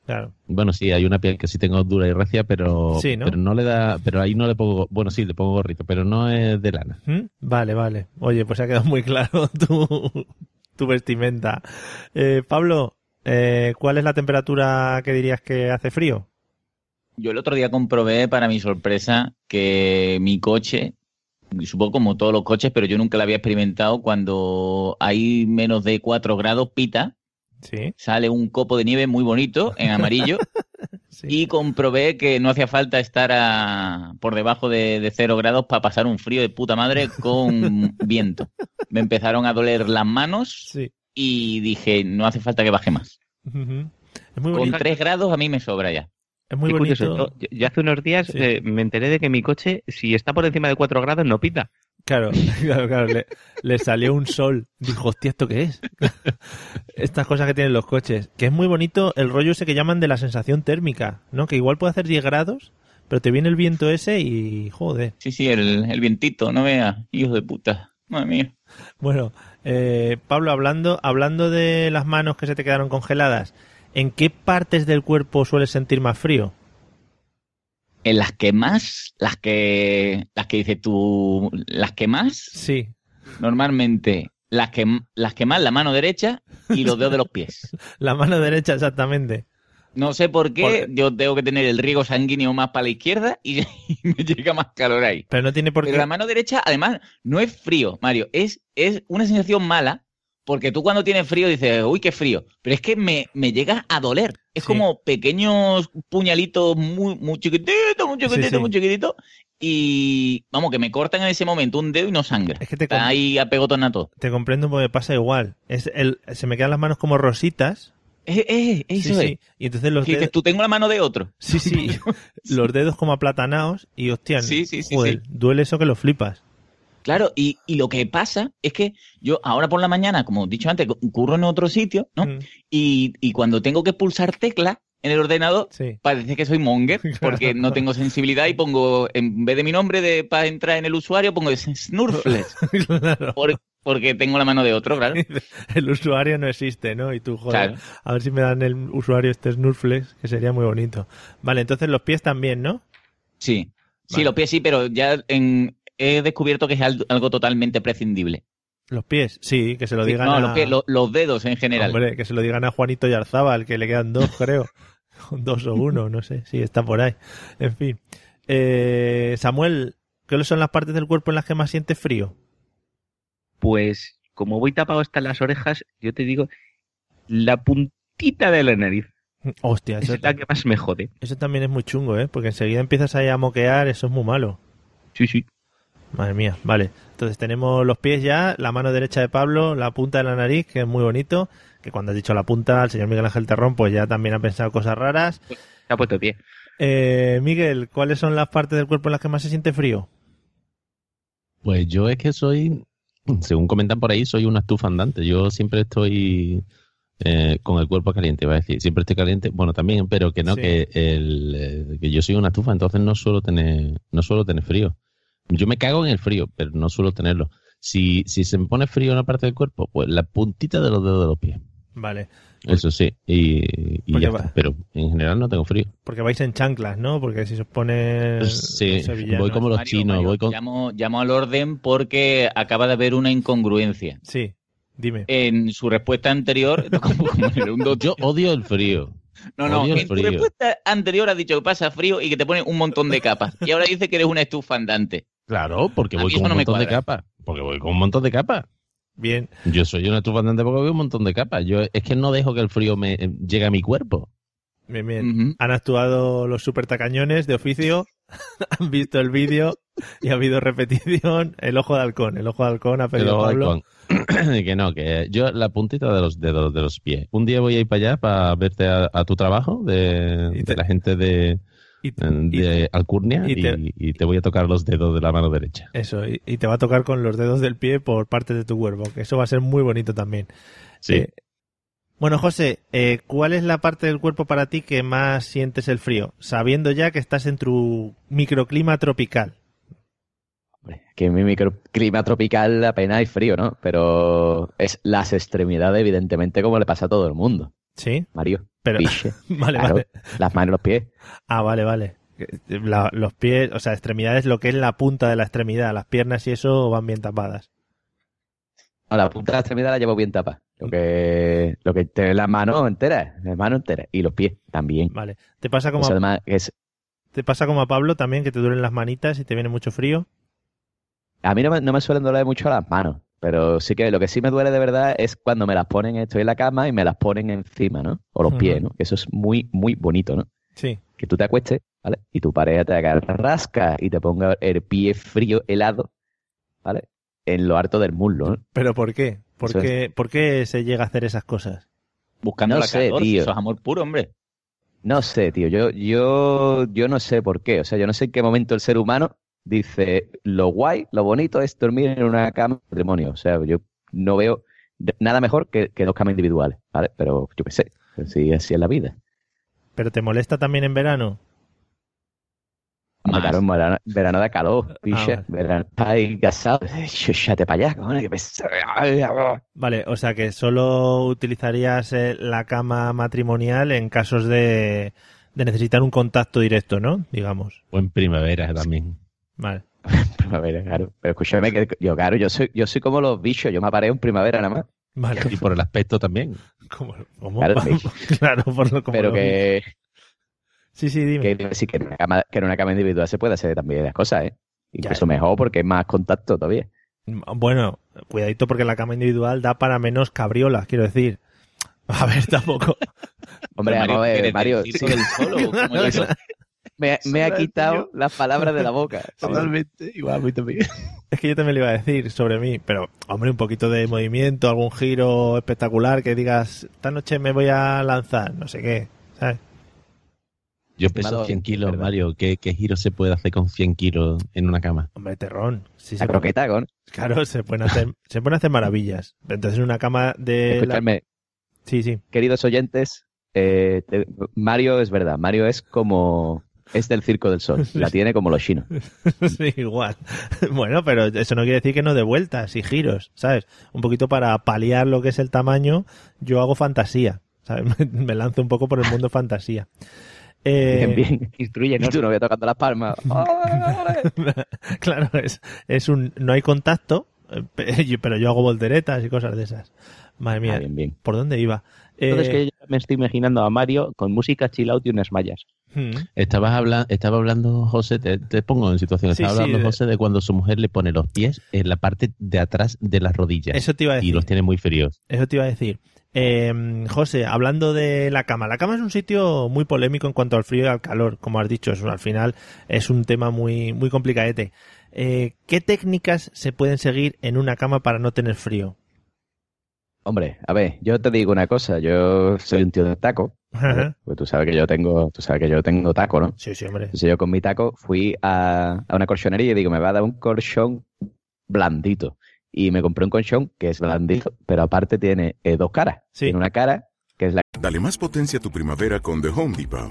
Claro. Bueno, sí, hay una piel que sí tengo dura y recia, pero, Sí, ¿no? pero no le da, pero ahí no le pongo, bueno, sí, le pongo gorrito, pero no es de lana. ¿Mm? Vale, vale. Oye, pues ha quedado muy claro tu, tu vestimenta. Eh, Pablo, eh, ¿cuál es la temperatura que dirías que hace frío? Yo el otro día comprobé, para mi sorpresa, que mi coche, supongo como todos los coches, pero yo nunca lo había experimentado, cuando hay menos de 4 grados pita, Sí, sale un copo de nieve muy bonito, en amarillo, y comprobé que no hacía falta estar a- por debajo de, de 0 grados para pasar un frío de puta madre con viento. Me empezaron a doler las manos sí. y dije, no hace falta que baje más. Ujú. Es muy Con bonito. 3 grados a mí me sobra ya. Es muy Qué curioso, bonito. yo, yo hace unos días Sí. eh, me enteré de que mi coche, si está por encima de 4 grados, no pita. Claro, claro, claro. Le, le salió un sol. Dijo, hostia, ¿esto qué es? Estas cosas que tienen los coches. Que es muy bonito el rollo ese que llaman de la sensación térmica, ¿no? Que igual puede hacer 10 grados, pero te viene el viento ese y joder. Sí, sí, el, el vientito, no vea, hijo de puta. Madre mía. Bueno, eh, Pablo, hablando, hablando de las manos que se te quedaron congeladas, ¿en qué partes del cuerpo sueles sentir más frío? En las que más, las que, las que dices tú, las que más, Sí. normalmente, las que, las que más, la mano derecha y los dedos de los pies. La mano derecha, exactamente. No sé por qué, Porque- yo tengo que tener el riego sanguíneo más para la izquierda y, me llega más calor ahí. Pero no tiene por Pero la qué. mano derecha, además, no es frío, Mario, es, es una sensación mala. Porque tú cuando tienes frío dices, uy, qué frío. Pero es que me, me llega a doler. Es Sí. como pequeños puñalitos muy, muy chiquititos, muy chiquititos, sí. muy chiquititos. Y vamos, que me cortan en ese momento un dedo y no sangra. Es que te, com- Ahí apegotonato. te comprendo porque me pasa igual. Es el, se me quedan las manos como rositas. Eh, eh, Sí, eso es. sí. Y entonces los Que dices, dedos, tú tengo la mano de otro. sí, sí, los dedos como aplatanaos y hostia, Sí, sí, sí, joder, sí. duele eso que lo flipas. Claro, y, y lo que pasa es que yo ahora por la mañana, como he dicho antes, curro en otro sitio, ¿no? Mm, Y, y cuando tengo que pulsar tecla en el ordenador, Sí. parece que soy monger porque Claro. no tengo sensibilidad y pongo, en vez de mi nombre de, para entrar en el usuario, pongo Snurfles claro. por- porque tengo la mano de otro, claro. El usuario no existe, ¿no? Y tú, joder, Claro. a ver si me dan el usuario este Snurflex, que sería muy bonito. Vale, entonces los pies también, ¿no? Sí, sí, Vale. los pies sí, pero ya en- he descubierto que es al- algo totalmente prescindible. Los pies, sí, que se lo Sí, digan no, a... los, pies, lo- los dedos en general. Hombre, que se lo digan a Juanito Yarzábal, que le quedan dos, creo. dos o uno, no sé. Sí, está por ahí. En fin. Eh, Samuel, ¿qué son las partes del cuerpo en las que más sientes frío? Pues como voy tapado hasta las orejas, yo te digo, la puntita de la nariz Hostia, es eso, la que más me jode. eso también es muy chungo, ¿eh? Porque enseguida empiezas ahí a moquear, eso es muy malo. Sí, sí. Madre mía, vale. Entonces tenemos los pies ya, la mano derecha de Pablo, la punta de la nariz, que es muy bonito. Que cuando has dicho la punta, el señor Miguel Ángel Terrón, pues ya también ha pensado cosas raras. Se ha puesto de pie. Eh, Miguel, ¿cuáles son las partes del cuerpo en las que más se siente frío? Pues yo es que soy, según comentan por ahí, soy una estufa andante. Yo siempre estoy eh, con el cuerpo caliente, va a decir. Siempre estoy caliente, bueno, también, pero que no, Sí. que, el, eh, que yo soy una estufa, entonces no suelo tener, no suelo tener frío. Yo me cago en el frío, pero no suelo tenerlo. Si, si se me pone frío en una parte del cuerpo, pues la puntita de los dedos de los pies. Vale, Eso sí, y, y Porque ya va- está. Pero en general no tengo frío. porque vais en chanclas, ¿no? Porque si se os pone... Sí, sevillano- voy como los Mario, chinos, Mario, voy con... llamo, llamo al orden porque acaba de haber una incongruencia. Sí, dime. En su respuesta anterior, como- como en un dos- Yo odio el frío. no, no, odio el en su frío. respuesta anterior has dicho que pasa frío y que te pone un montón de capas. Y ahora dice que eres una estufa andante. Claro, porque A voy mí con eso un no me montón de cuadra. capas. Porque voy con un montón de capas. Bien, Yo soy una estufa andante porque veo un montón de capas. Yo es que no dejo que el frío me eh, llegue a mi cuerpo. bien, bien. Ujú. Han actuado los super tacañones de oficio, han visto el vídeo y ha habido repetición. El ojo de halcón, el ojo de halcón ha pedido Pero Pablo. con- que no, que yo la puntita de los dedos de los pies. Un día voy a ir para allá para verte a, a tu trabajo de, Y de te- la gente de, eh, Y- y- de Alcurnia y y, te- y te voy a tocar los dedos de la mano derecha. Eso, y, y te va a tocar con los dedos del pie por parte de tu cuerpo, que eso va a ser muy bonito también. Sí. Eh, bueno, José, eh, ¿cuál es la parte del cuerpo para ti que más sientes el frío? Sabiendo ya que estás en tu microclima tropical. Hombre, que en mi microclima tropical apenas hay frío, ¿no? Pero es las extremidades, evidentemente, como le pasa a todo el mundo, Sí, Mario. Pero, Piche. vale, Claro, vale. Las manos y los pies. Ah, vale, vale. eh, La- los pies, o sea, extremidades, lo que es la punta de la extremidad, las piernas y eso van bien tapadas. No, la punta de la extremidad la llevo bien tapa. Lo que, lo que te la mano entera, la mano entera. Y los pies también. Vale. ¿Te pasa como, Eso a, Pues además es, te pasa como a Pablo también, que te duelen las manitas y te viene mucho frío? a mí no me, no me suelen doler mucho las manos. Pero sí que lo que sí me duele de verdad es cuando me las ponen, estoy en la cama y me las ponen encima, ¿no? O los Ujú. pies, ¿no? Que Eso es muy, muy bonito, ¿no? Sí. Que tú te acuestes, ¿vale? Y tu pareja te haga rasca y te ponga el pie frío, helado, ¿vale? En lo harto del muslo, ¿no? ¿Pero por qué? ¿Por, Eso es. qué, por qué se llega a hacer esas cosas? Buscando No la sé, calor, tío. eso es amor puro, hombre. No sé, tío. Yo, yo, yo no sé por qué. O sea, yo no sé en qué momento el ser humano dice lo guay, lo bonito es dormir en una cama de matrimonio. O sea, yo no veo de- nada mejor que, que dos camas individuales, ¿vale? Pero yo qué sé. Sí, así es la vida. ¿Pero te molesta también en verano? Hombre, Más. claro, en verano, verano de calor, piche. Ah, vale. Verano está ahí casado. Chúchate para allá, cojones, que pesado. Ay, ah, Vale, o sea que solo utilizarías eh, la cama matrimonial en casos de, de necesitar un contacto directo, ¿no? Digamos. O en primavera también. Vale. Primavera, claro. Pero escúchame, que yo, claro, yo soy, yo soy como los bichos. Yo me apareo en primavera nada más. Vale. Y por el aspecto también. ¿Cómo? cómo? Claro, sí. Claro, por lo como Pero lo- que, Sí, sí, dime. que quiero decir que en, una cama, que en una cama individual se puede hacer también las cosas, ¿eh? Ya. Incluso mejor porque es más contacto todavía. Bueno, cuidadito porque la cama individual da para menos cabriolas, quiero decir. A ver, tampoco. Hombre, Pero vamos a ver, ¿quieres Mario, decir sí, con el solo, o cómo es eso? me, me ha Claro, quitado tío. las palabras de la boca. Totalmente. Igual, muy también. Es que yo también le iba a decir sobre mí, pero hombre, un poquito de movimiento, algún giro espectacular que digas, esta noche me voy a lanzar, no sé qué, ¿sabes? Yo Estimado, peso 100 kilos, ¿verdad? Mario. ¿Qué, ¿Qué giro se puede hacer con 100 kilos en una cama? Hombre, terrón. Sí, La se- croqueta, con. Eh, Claro, se pueden hacer, se pueden hacer maravillas. Entonces, en una cama de. la- Escuchadme, Sí, sí. queridos oyentes, eh, te- Mario es verdad, Mario es como... Es del Circo del Sol, la tiene como los chinos. Sí, igual. Bueno, pero eso no quiere decir que no de vueltas y giros, ¿sabes? Un poquito para paliar lo que es el tamaño, yo hago fantasía, ¿sabes? Me, me lanzo un poco por el mundo fantasía. Eh, Bien, bien. Instruye, Y ¿no? tú no voy tocando las palmas. claro, es, es un no hay contacto, eh, pe- yo- pero yo hago volteretas y cosas de esas. Madre mía, Ah, bien, bien. ¿por dónde iba? Eh, Entonces que yo me estoy imaginando a Mario con música chill out y unas mallas. hmm, Estabas habla estaba hablando José, te, te pongo en situación, Sí, estaba sí, hablando de- José de cuando su mujer le pone los pies en la parte de atrás de las rodillas Eso te iba a y decir. los tiene muy fríos. Eso te iba a decir. Eh, José, hablando de la cama, la cama es un sitio muy polémico en cuanto al frío y al calor, como has dicho, es un- al final es un tema muy, muy complicadete. Eh, ¿Qué técnicas se pueden seguir en una cama para no tener frío? Hombre, a ver, yo te digo una cosa, yo soy un tío de taco, ¿vale? Porque Pues, tú sabes que yo tengo, tú sabes que yo tengo taco, ¿no? Sí, sí, hombre. Entonces yo con mi taco fui a, a una colchonería y digo, me va a dar un colchón blandito. Y me compré un colchón que es blandito, pero aparte tiene eh, dos caras. Sí. Tiene una cara que es la Dale más potencia a tu primavera con The Home Depot.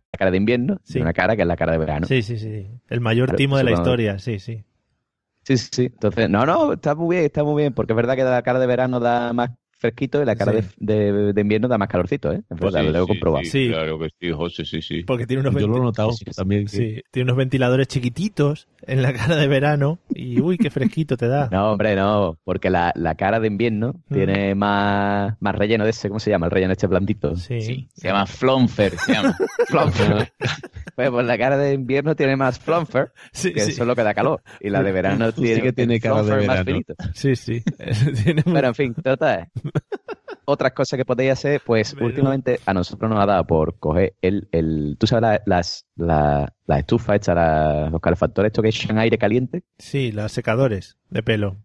cara de invierno Sí. y una cara que es la cara de verano. Sí, sí, sí. El mayor Claro, timo de la supongo. historia, sí, sí. Sí, sí, sí. Entonces, no, no, está muy bien, está muy bien, porque es verdad que la cara de verano da más fresquito y la cara Sí. Pues de, de- de invierno da más calorcito, ¿eh? Es verdad, lo he comprobado. Sí. claro que sí, José, sí, sí. Porque tiene unos, Yo lo he venti- notado también. que- sí, tiene unos ventiladores chiquititos en la cara de verano y uy, qué fresquito te da. No, hombre, no, porque la, la cara de invierno Ah. Mm. tiene más, más relleno de ese, ¿cómo se llama? El relleno este blandito. Sí. Sí, se llama Flonfer, se llama. Flumfer. pues, pues la cara de invierno tiene más flumfer, Sí, que sí, eso es lo que da calor. Y la de verano Sí tiene, que tiene cara de flumfer verano. más finito. sí, sí. Tiene Pero en fin, total. Otras cosas que podéis hacer, pues Pero- últimamente a nosotros nos ha dado por coger el... el tú sabes la- las, la, las estufas estas, la- los calefactores estos que echan aire caliente. Sí, los secadores de pelo.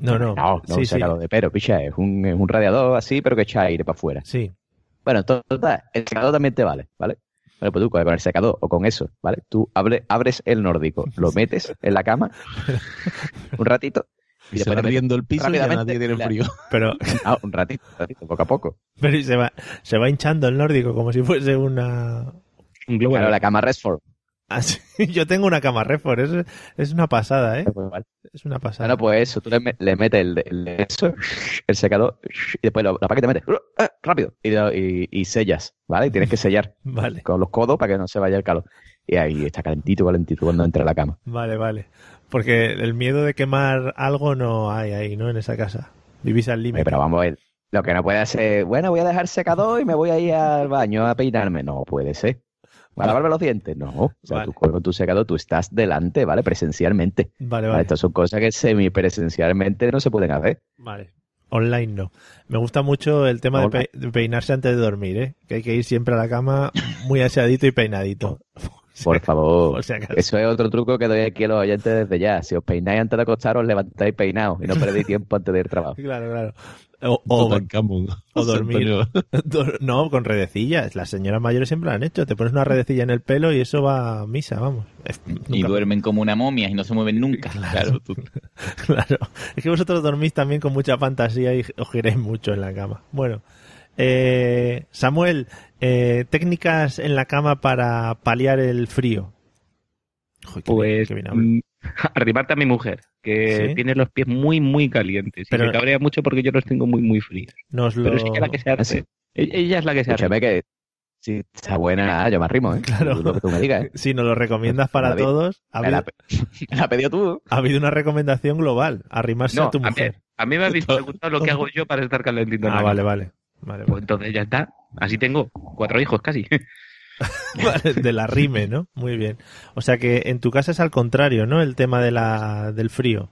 No, no. No, no, sí, un sí, secador de pero, picha, es un, es un radiador así, pero que echa aire para afuera. sí. Bueno, total, el secador también te vale, ¿vale? Vale, pues tú con el secador o con eso, ¿vale? Tú abre- abres el nórdico, lo metes en la cama un ratito Y se va metes riendo el piso y ya rápidamente nadie tiene la- frío. Pero, Ah, un ratito, un ratito, poco a poco. pero y se, va, se va hinchando el nórdico como si fuese una... Claro, la cama Resford. Ah, sí, Yo tengo una cama Refor, es, es una pasada, ¿eh? Es una pasada. Bueno, pues eso, tú le, me- le metes el, el, eso, el secador y después lo, lo apagas y te metes ¡uh! ¡ah! rápido y, lo- y- y sellas, ¿vale? Y tienes que sellar Vale. con los codos para que no se vaya el calor. Y ahí está calentito, calentito cuando entra a la cama. Vale, vale. Porque el miedo de quemar algo no hay ahí, ¿no? En esa casa. Vivís al límite. Oye, pero vamos a ver, lo que no puede hacer, bueno, voy a dejar secador y me voy a ir al baño a peinarme. No puede ser. ¿Va a lavarme los dientes? No. O sea, tú con tu secador tú estás delante, ¿vale? Presencialmente. Vale, Vale, vale. Estas son cosas que semipresencialmente no se pueden hacer. Vale. Online no. Me gusta mucho el tema de, Online. pe- de peinarse antes de dormir, ¿eh? Que hay que ir siempre a la cama muy aseadito y peinadito. Por favor. si acaso. Eso es otro truco que doy aquí a los oyentes desde ya. Si os peináis antes de acostaros, levantáis peinados y no perdéis tiempo antes de ir al trabajo. Claro, claro. O, o- o dormir. Dor- No, con redecillas. Las señoras mayores siempre lo han hecho. Te pones una redecilla en el pelo y eso va a misa, vamos. Es- Y nunca- duermen como una momia y no se mueven nunca. Claro. Claro. Es que vosotros dormís también con mucha fantasía y os giréis mucho en la cama. Bueno, eh, Samuel, eh, técnicas en la cama para paliar el frío. Joder, qué bien- Pues qué bien hablo. mm, arrimarte a mi mujer, que ¿Sí? tiene los pies muy, muy calientes. Pero- y me cabrea mucho porque yo los tengo muy, muy fríos. Nos lo... Pero es ella la que se hace. E- Ella es la que se hace. Escúchame que si está buena, yo me arrimo, ¿eh? Claro. Lo que tú me digas, ¿eh? Si nos lo Pues, recomiendas para David, todos, ha Me habido, la, me la has pedido tú. ha habido una recomendación global, arrimarse No, a tu a mujer. A mí me habéis preguntado lo que hago yo para estar calentito. en la Ah, cama. vale, vale. Vale, Pues entonces ya está. Así tengo cuatro hijos casi. vale. De la rime, ¿no? Muy bien. O sea que en tu casa es al contrario, ¿no? El tema de la, del frío.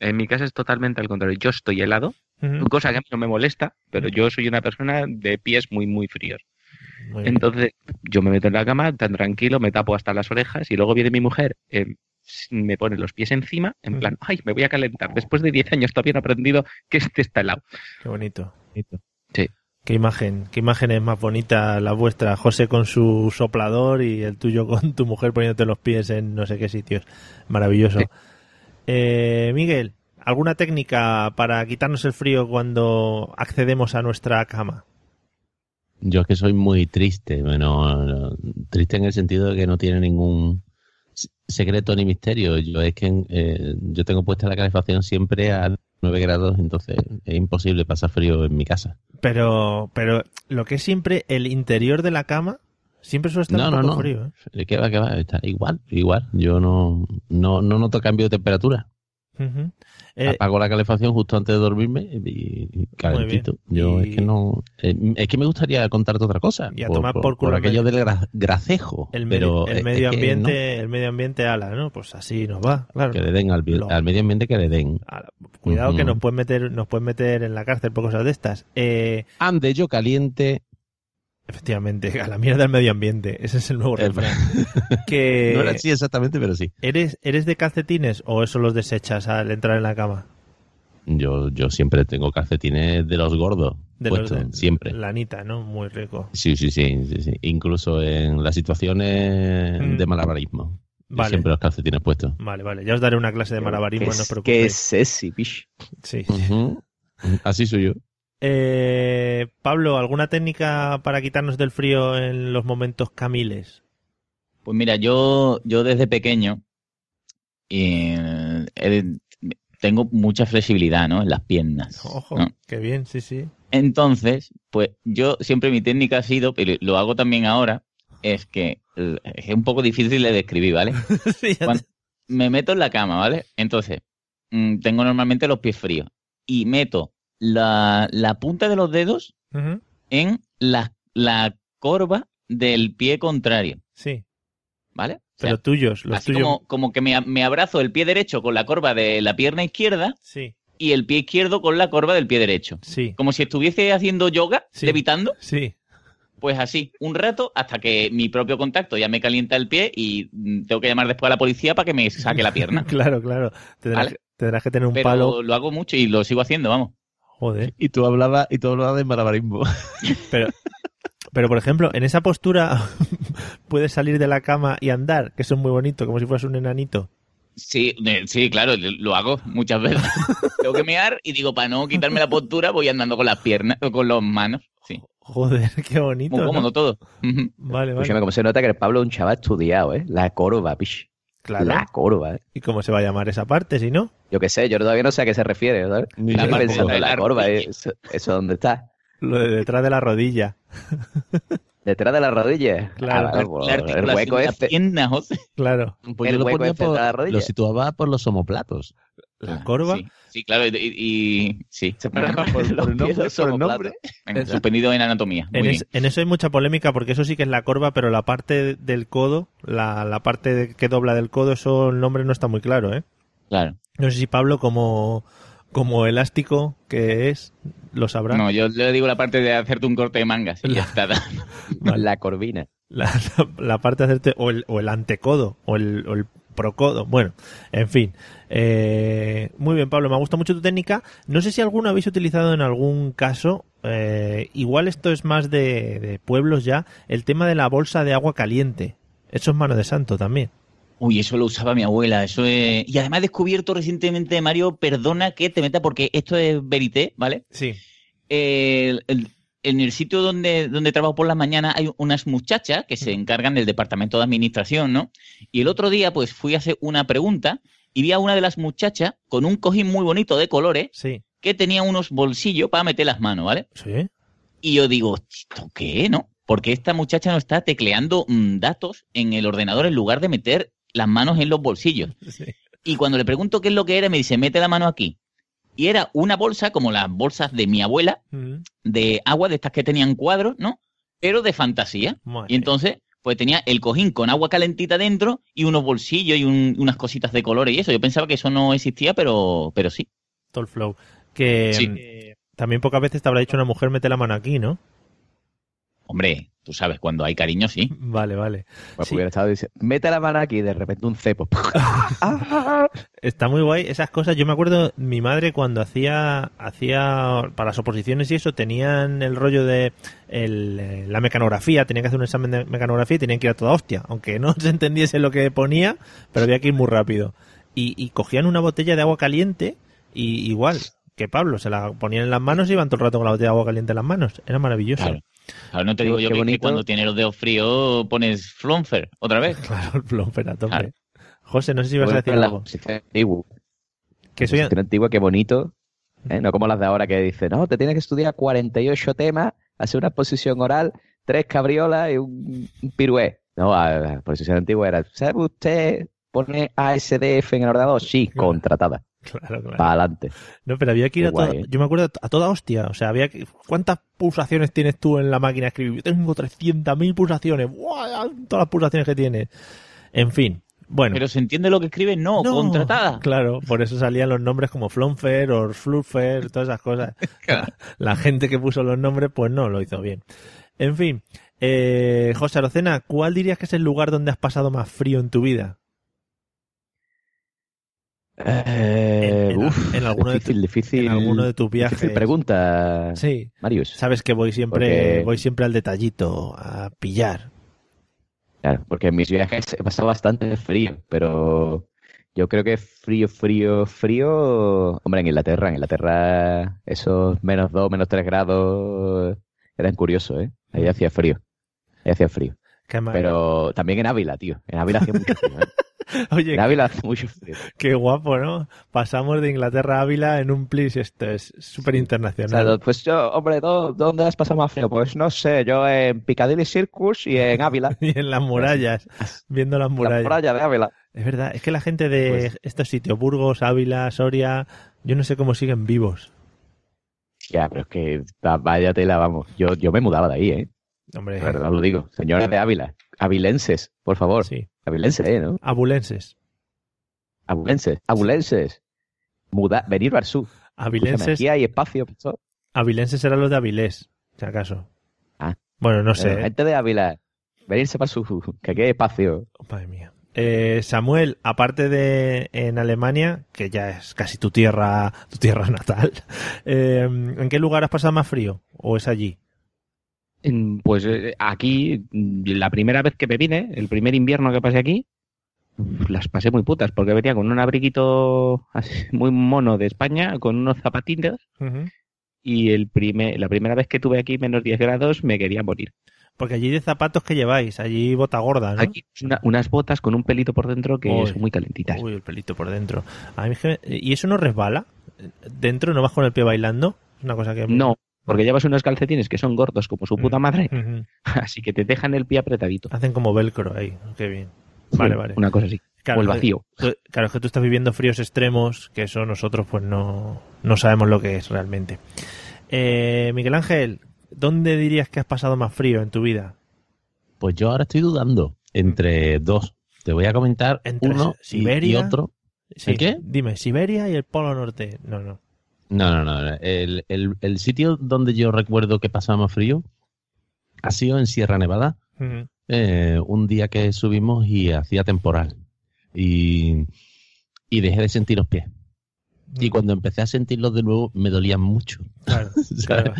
En mi casa es totalmente al contrario. Yo estoy helado, Ujú. cosa que a mí no me molesta, pero yo soy una persona de pies muy, muy fríos. Muy bien. Entonces yo me meto en la cama tan tranquilo, me tapo hasta las orejas y luego viene mi mujer, eh, me pone los pies encima, Mm. en plan, ay, me voy a calentar. Después de 10 años todavía no he aprendido que este está helado. Qué bonito. Sí. Qué imagen, qué imagen es más bonita la vuestra, José con su soplador y el tuyo con tu mujer poniéndote los pies en no sé qué sitios. Maravilloso. Sí. Eh, Miguel, ¿alguna técnica para quitarnos el frío cuando accedemos a nuestra cama? Yo es que soy muy triste, bueno, no, triste en el sentido de que no tiene ningún s- secreto ni misterio. Yo es que eh, yo tengo puesta la calefacción siempre a 9 grados, entonces es imposible pasar frío en mi casa. Pero, pero lo que es siempre el interior de la cama, siempre suele estar No, un no, poco no. frío. ¿eh? ¿Qué va, qué va? Está igual, igual. Yo no, no, no noto cambio de temperatura. Ujú. Eh, Apago la calefacción justo antes de dormirme y, y calentito. bien. Yo Y- es que no. eh, es que me gustaría contarte otra cosa. Y a tomar por culo el aquello del gra- gracejo. Eh, el, me- pero el es- medio es que no, ambiente, el medio ambiente ala, ¿no? Pues así nos va, claro. que le den al, vi- Lo- al medio ambiente que le den. Cuidado que Ujú. nos pueden meter, nos pueden meter en la cárcel por cosas de estas. Eh, Ande yo caliente. efectivamente, a la mierda del medio ambiente. Ese es el nuevo refrán. que No era así exactamente, pero sí. ¿Eres, ¿Eres de calcetines o eso los desechas al entrar en la cama? Yo, yo siempre tengo calcetines de los gordos. De puestos, los de- siempre. Lanita, ¿no? Muy rico. Sí, sí, sí, sí, sí. Incluso en las situaciones Mm. de malabarismo. Yo Vale. Siempre los calcetines puestos. Vale, vale. Ya os daré una clase de malabarismo, no os Que es preocupéis. sexy, bish. Sí. Mm. Ujú. Así soy yo. Eh, Pablo, ¿alguna técnica para quitarnos del frío en los momentos camiles? Pues mira, yo, yo desde pequeño eh, he- tengo mucha flexibilidad ¿no? en las piernas. Ojo, ¿no? qué bien, sí, sí. Entonces, pues yo siempre mi técnica ha sido, pero lo hago también ahora, es que eh, es un poco difícil de describir, ¿vale? Sí, ya Cuando- me meto en la cama, ¿vale? Entonces, mm, tengo normalmente los pies fríos y meto la, la punta de los dedos te- Ujú, en la, la corva del pie contrario, Sí, ¿vale? O sea, pero tuyos, los Así tuyos. como, como que me, a- me abrazo el pie derecho con la corva de la pierna izquierda Sí, y el pie izquierdo con la corva del pie derecho. sí, Como si estuviese haciendo yoga, Sí. levitando, sí. pues así, un rato hasta que mi propio contacto ya me calienta el pie y mm, tengo que llamar después a la policía para que me saque la pierna. Claro, claro. Tendrás, Vale. tendrás que tener un Pero palo. lo hago mucho y lo sigo haciendo, vamos. Joder. Y tú hablabas, y tú hablabas de malabarismo. Pero, Pero, por ejemplo, en esa postura puedes salir de la cama y andar, que eso es muy bonito, como si fueras un enanito. Sí, de- sí, claro, lo lo hago muchas veces. Tengo que mear y digo, para no quitarme la postura, voy andando con las piernas, con las manos. Sí. Joder, qué bonito. Muy cómodo ¿no? todo. Ah, Vale, vale. Escúchame, como se nota que el Pablo es un chaval estudiado, ¿eh? La corva, pish. Claro. La corva, ¿eh? ¿Y cómo se va a llamar esa parte, si no? Yo qué sé, yo todavía no sé a qué se refiere, ¿sabes? Ni Estoy yo tampoco. pensando en la Bailar. corva, ¿eh? ¿eso, eso dónde está? Lo de detrás de la rodilla. ¿Detrás de la rodilla? Claro. Ah, vale, pues, La el articulación hueco de la este. pierna, José. Claro. El pues yo lo, hueco ponía este por- de la rodilla. lo situaba por los homoplatos. La corva. Ah, Sí, sí, claro, y, y- y- sí. Por- por el nombre, Los pies por el somoplatos. nombre. Venga, suspendido en anatomía. Muy En, bien. es- en eso hay mucha polémica porque eso sí que es la corva, pero la parte del codo, la, la parte de- que dobla del codo, eso el nombre no está muy claro, ¿eh? Claro. No sé si Pablo, como, como elástico que es, lo sabrá. No, yo le digo la parte de hacerte un corte de mangas. Y ya está. Vale. La corvina. La, la- la parte de hacerte, o el, o el antecodo, o el, o el procodo. Bueno, en fin. Eh, muy bien, Pablo, me gusta mucho tu técnica. No sé si alguno habéis utilizado en algún caso, eh, igual esto es más de, de pueblos ya, el tema de la bolsa de agua caliente. Eso es mano de santo también. Uy, eso lo usaba mi abuela, eso es... Y además he descubierto recientemente, Mario, perdona que te meta porque esto es verité, ¿vale? Sí. El- el- en el sitio donde, donde trabajo por las mañanas hay unas muchachas que se encargan del departamento de administración, ¿no? Y el otro día pues fui a hacer una pregunta y vi a una de las muchachas con un cojín muy bonito de colores Sí. que tenía unos bolsillos para meter las manos, ¿vale? Sí. Y yo digo, ¿esto qué, no? Porque esta muchacha no está tecleando mm, datos en el ordenador en lugar de meter las manos en los bolsillos. Sí. Y cuando le pregunto qué es lo que era, me dice, mete la mano aquí. Y era una bolsa, como las bolsas de mi abuela, Mm, de agua, de estas que tenían cuadros, ¿no? Pero de fantasía. madre. Y entonces, pues tenía el cojín con agua calentita dentro y unos bolsillos y un- unas cositas de colores y eso. Yo pensaba que eso no existía, pero, pero sí. Todo el flow. Que Sí. eh, también pocas veces te habrá dicho una mujer, mete la mano aquí, ¿no? Hombre, tú sabes, cuando hay cariño, sí. Vale, vale. Pues Sí. hubiera estado diciendo, mete la mano aquí y de repente un cepo. Está muy guay esas cosas. Yo me acuerdo mi madre cuando hacía hacía para las oposiciones y eso tenían el rollo de el, eh, la mecanografía, tenían que hacer un examen de mecanografía y tenían que ir a toda hostia, aunque no se entendiese lo que ponía, pero había que ir muy rápido. Y, y cogían una botella de agua caliente y igual que Pablo se la ponían en las manos y iban todo el rato con la botella de agua caliente en las manos. Era maravilloso. Claro. Ahora no te Qué- digo yo qué que, que bonito. cuando tienes los dedos fríos pones flonfer otra vez. Claro, el plumper a tope. Claro. José, no sé si vas a decir la algo. posición antigua. Que soy, Pues Posición antigua, qué bonito. ¿eh? No como las de ahora que dicen, no, te tienes que estudiar 48 temas, hacer una exposición oral, tres cabriolas y un, un pirué. No, a- la posición antigua era, ¿sabe usted pone ASDF en el ordenador? Sí, contratada. claro, claro. Para adelante. No, pero había que ir Qué a toda, guay, ¿eh? yo me acuerdo a toda hostia, o sea, había que, ¿cuántas pulsaciones tienes tú en la máquina de escribir? Yo tengo 300.000 pulsaciones, ¡buah! todas las pulsaciones que tienes. En fin, bueno. Pero se entiende lo que escribe, no, No, contratada. Claro, por eso salían los nombres como Flonfer o Fluffer, todas esas cosas. La gente que puso los nombres, pues no, lo hizo bien. En fin, eh, José Arocena, ¿cuál dirías que es el lugar donde has pasado más frío en tu vida? Eh, en- uf, en alguno de difícil, difícil, En alguno de tus difícil viajes. pregunta, Sí. Marius. Sabes que voy siempre, Porque- voy siempre al detallito, a pillar. Claro, porque en mis viajes he pasado bastante frío, pero yo creo que frío, frío, frío. Hombre, en Inglaterra, en Inglaterra, esos menos 2, menos 3 grados eran curiosos, ¿eh? Ahí hacía frío. Ahí hacía frío. Qué mal. Pero también en Ávila, tío. En Ávila hacía mucho frío. ¿eh? Oye, En Ávila hace mucho frío. qué guapo, ¿no? Pasamos de Inglaterra a Ávila en un plis, esto es súper O sea, internacional. do- pues yo, hombre, do- ¿dónde has pasado más frío? Pues no sé, yo en Piccadilly Circus y en Ávila. Y en las murallas, viendo las La murallas. playa de Ávila. Es verdad, es que la gente de Pues- estos sitios, Burgos, Ávila, Soria, yo no sé cómo siguen vivos. Ya, pero es que va- vaya tela, vamos. Yo, yo me mudaba de ahí, ¿eh? Hombre, De verdad lo digo. Señores de Ávila, avilenses, por favor. sí. Avilenses, ¿eh? ¿no? Abulenses. Avilenses, avilenses. Muda, venir al sur. Escúchame, Avilenses, Aquí hay espacio. picho. avilenses eran los de Avilés, si acaso. Ah. Bueno, no sé. Eh, Gente de Ávila, venirse para el sur, que aquí hay espacio. Madre mía. Eh, Samuel, aparte de en Alemania, que ya es casi tu tierra, em, tu tierra natal, eh, ¿en qué lugar has pasado más frío? ¿O es allí? Mm, Pues eh, aquí, mm, la primera vez que me vine, el primer invierno que pasé aquí, uf, las pasé muy putas, porque venía con un abriguito así, muy mono de España, con unos zapatitos, y el primer, la primera vez que tuve aquí menos 10 grados me quería morir. Porque allí de zapatos que lleváis, allí bota gorda, ¿no? Aquí es una- unas botas con un pelito por dentro que Uy. son muy calentitas. Uy, el pelito por dentro. A mí es que- ¿Y eso no resbala? ¿Dentro no vas con el pie bailando? Es una cosa que... No, porque llevas unos calcetines que son gordos como su Mm. puta madre, Ujú. así que te dejan el pie apretadito. Hacen como velcro ahí. Qué bien. Vale, Sí, vale. Una cosa así. o el es que- vacío. tú- claro, es que tú estás viviendo fríos extremos, que eso nosotros pues no, no sabemos lo que es realmente. Eh, Miguel Ángel, ¿dónde dirías que has pasado más frío en tu vida? Pues yo ahora estoy dudando entre dos. Te voy a comentar Entre uno y- Siberia. y otro. Sí, ¿El qué? Dime, Siberia y el Polo Norte. No, no. No, no, no. El, el- el sitio donde yo recuerdo que pasaba más frío ha sido en Sierra Nevada, Ujú. eh, un día que subimos y hacía temporal. Y, y dejé de sentir los pies. Y cuando empecé a sentirlos de nuevo, me dolían mucho. Claro, ¿sabes? claro.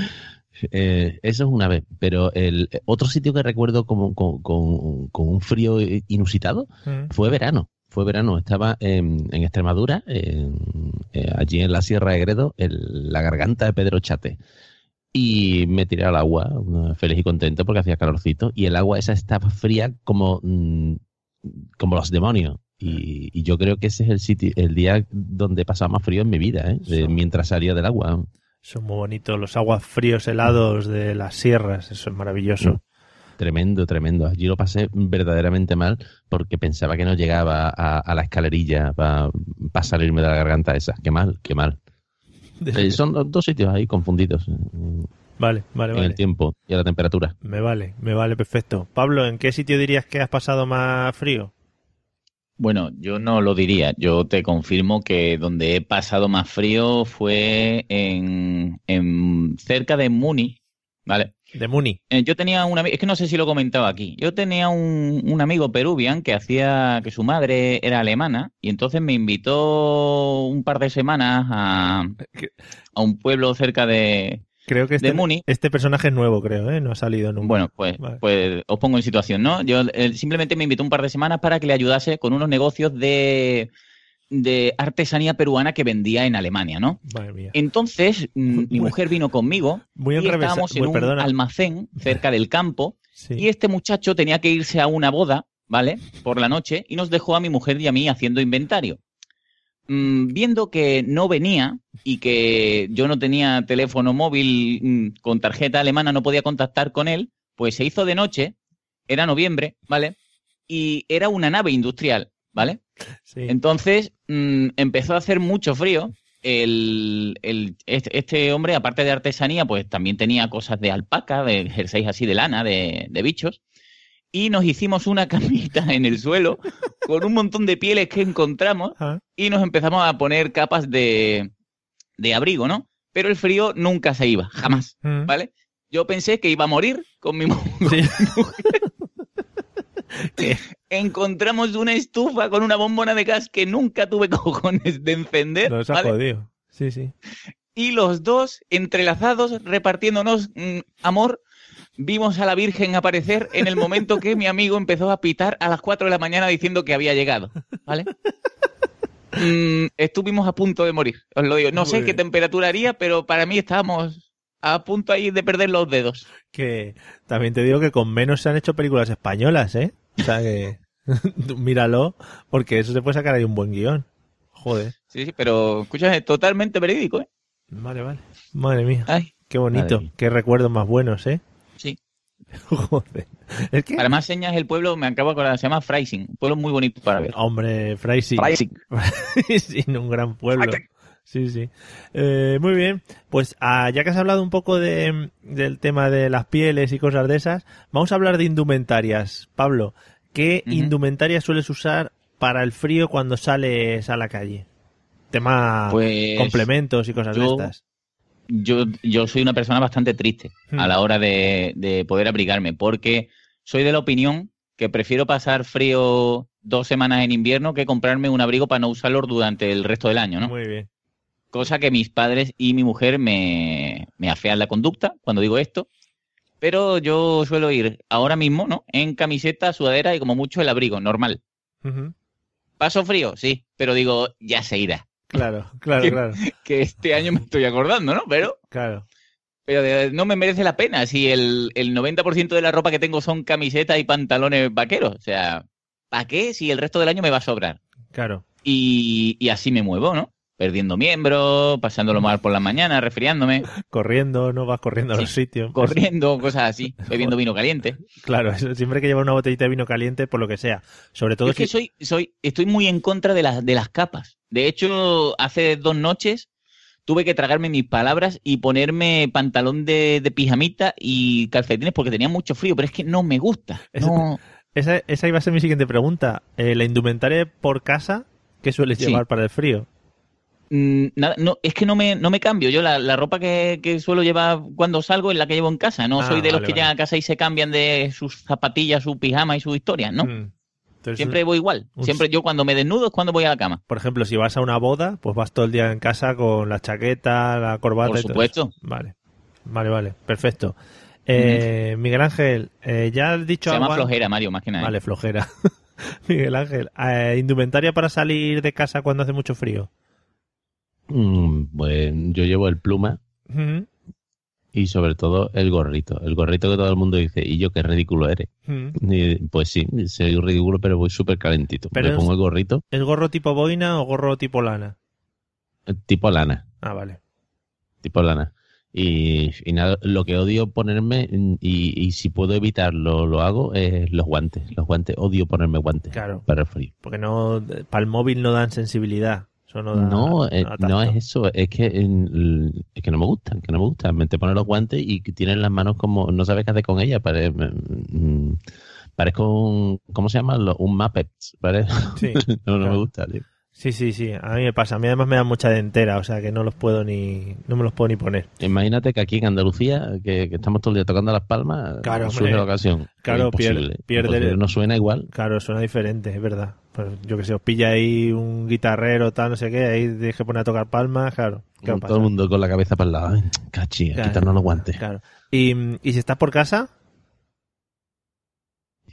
Eh, eso es una vez, pero el otro sitio que recuerdo como- con, con- con un frío inusitado Ujú. fue verano. Fue verano, estaba en, en Extremadura, en- eh, allí en la Sierra de Gredo, en la garganta de Pedro Chate. Y me tiré al agua, eh, feliz y contento porque hacía calorcito, y el agua esa estaba fría como, mm, como los demonios. Y, y yo creo que ese es el sitio, el día donde he pasado más frío en mi vida, ¿eh? De- mientras salía del agua. Son muy bonitos los aguas fríos helados de las sierras. Eso es maravilloso. Mm. Tremendo, tremendo. Allí lo pasé verdaderamente mal porque pensaba que no llegaba a, a la escalerilla para salirme de la garganta esa. Qué mal, qué mal. Eh, son los dos sitios ahí confundidos eh, Vale, vale, en vale. el tiempo y a la temperatura. Me vale, me vale, perfecto. Pablo, ¿en qué sitio dirías que has pasado más frío? Bueno, yo no lo diría. Yo te confirmo que donde he pasado más frío fue en, en- cerca de Muni, ¿vale? De Muni. Eh, Yo tenía un amigo, es que no sé si lo comentaba aquí. Yo tenía un, un amigo peruvian que hacía que su madre era alemana y entonces me invitó un par de semanas a, a un pueblo cerca de, Creo que este, de Muni. este personaje es nuevo, creo, ¿eh? No ha salido nunca. Bueno, pues, Vale. pues os pongo en situación, ¿no? Yo él simplemente me invitó un par de semanas para que le ayudase con unos negocios de, de artesanía peruana que vendía en Alemania, ¿no? Madre mía. Entonces, mm, mi Muy- mujer vino conmigo muy y enrevesa- estábamos en muy- un perdona. almacén cerca del campo Sí. y este muchacho tenía que irse a una boda, ¿vale? Por la noche y nos dejó a mi mujer y a mí haciendo inventario. Mm, viendo que no venía y que yo no tenía teléfono móvil mm, con tarjeta alemana, no podía contactar con él, pues se hizo de noche, era noviembre, ¿vale? Y era una nave industrial, ¿vale? Sí. Entonces mm, empezó a hacer mucho frío. El, el- este, este hombre, aparte de artesanía, pues también tenía cosas de alpaca, de jerseys así de lana, de, de bichos. Y nos hicimos una camita en el suelo con un montón de pieles que encontramos Ah, y nos empezamos a poner capas de, de abrigo, ¿no? Pero el frío nunca se iba, jamás, mm. ¿vale? Yo pensé que iba a morir con mi mujer. Sí. Eh. Encontramos una estufa con una bombona de gas que nunca tuve cojones de encender, Nos ha ¿vale? jodido. Sí, sí. Y los dos, entrelazados, repartiéndonos mm, amor, vimos a la Virgen aparecer en el momento que mi amigo empezó a pitar a las 4 de la mañana diciendo que había llegado, ¿vale? Mm, estuvimos a punto de morir, os lo digo. No Muy sé qué bien. temperatura haría, pero para mí estábamos a punto ahí de perder los dedos. Que también te digo que con menos se han hecho películas españolas, ¿eh? O sea que tú míralo, porque eso se puede sacar ahí un buen guión. Joder. Sí, sí, pero escucha, es totalmente verídico, ¿eh? Vale, vale. Madre mía. Ay, Qué bonito. Madre mía. Qué recuerdos más buenos, ¿eh? sí. Joder. Es que... Para más señas, el pueblo, me acabo de acordar, se llama Freising, un pueblo muy bonito para ver. Hombre, Freising. Freising. Freising, un gran pueblo. Sí, sí. Eh, muy bien. Pues ah, ya que has hablado un poco de, del tema de las pieles y cosas de esas, vamos a hablar de indumentarias. Pablo, ¿qué Ujú. indumentarias sueles usar para el frío cuando sales a la calle? Tema Pues- complementos y cosas de yo- estas. yo, yo soy una persona bastante triste Hmm. a la hora de, de poder abrigarme, porque soy de la opinión que prefiero pasar frío dos semanas en invierno que comprarme un abrigo para no usarlo durante el resto del año, ¿no? Muy bien. Cosa que mis padres y mi mujer me, me afean la conducta cuando digo esto. Pero yo suelo ir ahora mismo, ¿no? En camiseta, sudadera y como mucho el abrigo, normal. Ujú. Paso frío, sí, pero digo, ya se irá. Claro, claro, que, claro. que este año me estoy acordando, ¿no? Pero, Claro. pero de- no me merece la pena si el, el 90% de la ropa que tengo son camisetas y pantalones vaqueros. O sea, ¿para qué si el resto del año me va a sobrar? Claro. Y, y así me muevo, ¿no? Perdiendo miembros, pasándolo mal por la mañana, resfriándome, Corriendo, no vas corriendo a los sitios. corriendo, cosas así, bebiendo vino caliente. Claro, eso, siempre que llevar una botellita de vino caliente, por lo que sea. Sobre todo Yo es que si- soy, soy, estoy muy en contra de las, de las capas. De hecho, hace dos noches tuve que tragarme mis palabras y ponerme pantalón de, de pijamita y calcetines porque tenía mucho frío, pero es que no me gusta. Eso- No, esa, esa iba a ser mi siguiente pregunta. Eh, la indumentaria por casa, ¿qué sueles Sí. llevar para el frío? mm, nada, no, es que no me, no me cambio. Yo la, la ropa que, que suelo llevar cuando salgo es la que llevo en casa. No Ah, soy de los vale, que vale. llegan a casa y se cambian de sus zapatillas, su pijama y su historia, ¿no? Mm. Entonces, Siempre voy igual. un- Siempre yo cuando me desnudo es cuando voy a la cama. Por ejemplo, si vas a una boda, pues vas todo el día en casa con la chaqueta, la corbata Por y todo supuesto. eso. Vale, vale, vale, perfecto. Eh, Miguel Ángel, eh, ya has dicho Se llama algo an- flojera, ¿eh? Mario, más que nada. Vale, flojera. Miguel Ángel, eh, indumentaria para salir de casa cuando hace mucho frío. Mm, pues yo llevo el pluma Mm, y sobre todo el gorrito. El gorrito que todo el mundo dice, y yo qué ridículo eres. mm. Y, pues sí, soy ridículo, pero voy súper calentito. Pero Me es- pongo el gorrito ¿Es gorro tipo boina o gorro tipo lana? eh, tipo lana. Ah, vale. tipo lana. Y, y nada, lo que odio ponerme, mm, y, y si puedo evitarlo, lo hago, es los guantes. Los guantes, odio ponerme guantes Claro, para el frío. porque no para el móvil no dan sensibilidad. Eso no da- No, eh, da no es tacto. eso, es que, mm, es que no me gustan, que no me gustan. Me te pones los guantes y que tienes las manos como, no sabes qué hacer con ellas, pare- mm, parezco un, ¿cómo se llama? Lo- Un Muppet, ¿vale? Sí. no, no claro. me gusta, tío. Sí, sí, sí, a mí me pasa. A mí además me dan mucha dentera, o sea que no los puedo ni no me los puedo ni poner. Imagínate que aquí en Andalucía, que, que estamos todo el día tocando las palmas, Claro, surge hombre. la ocasión. Claro, pier- Imposible. pierde- Imposible, No suena igual. Claro, suena diferente, es verdad. Pues, yo que sé, os pilla ahí un guitarrero tal, no sé qué, ahí tienes que poner a tocar palmas, claro. ¿Qué va a Todo el pasar? mundo con la cabeza para el lado. Ay, Cachi, Claro. quitarnos los guantes. Claro. ¿Y, y si estás por casa?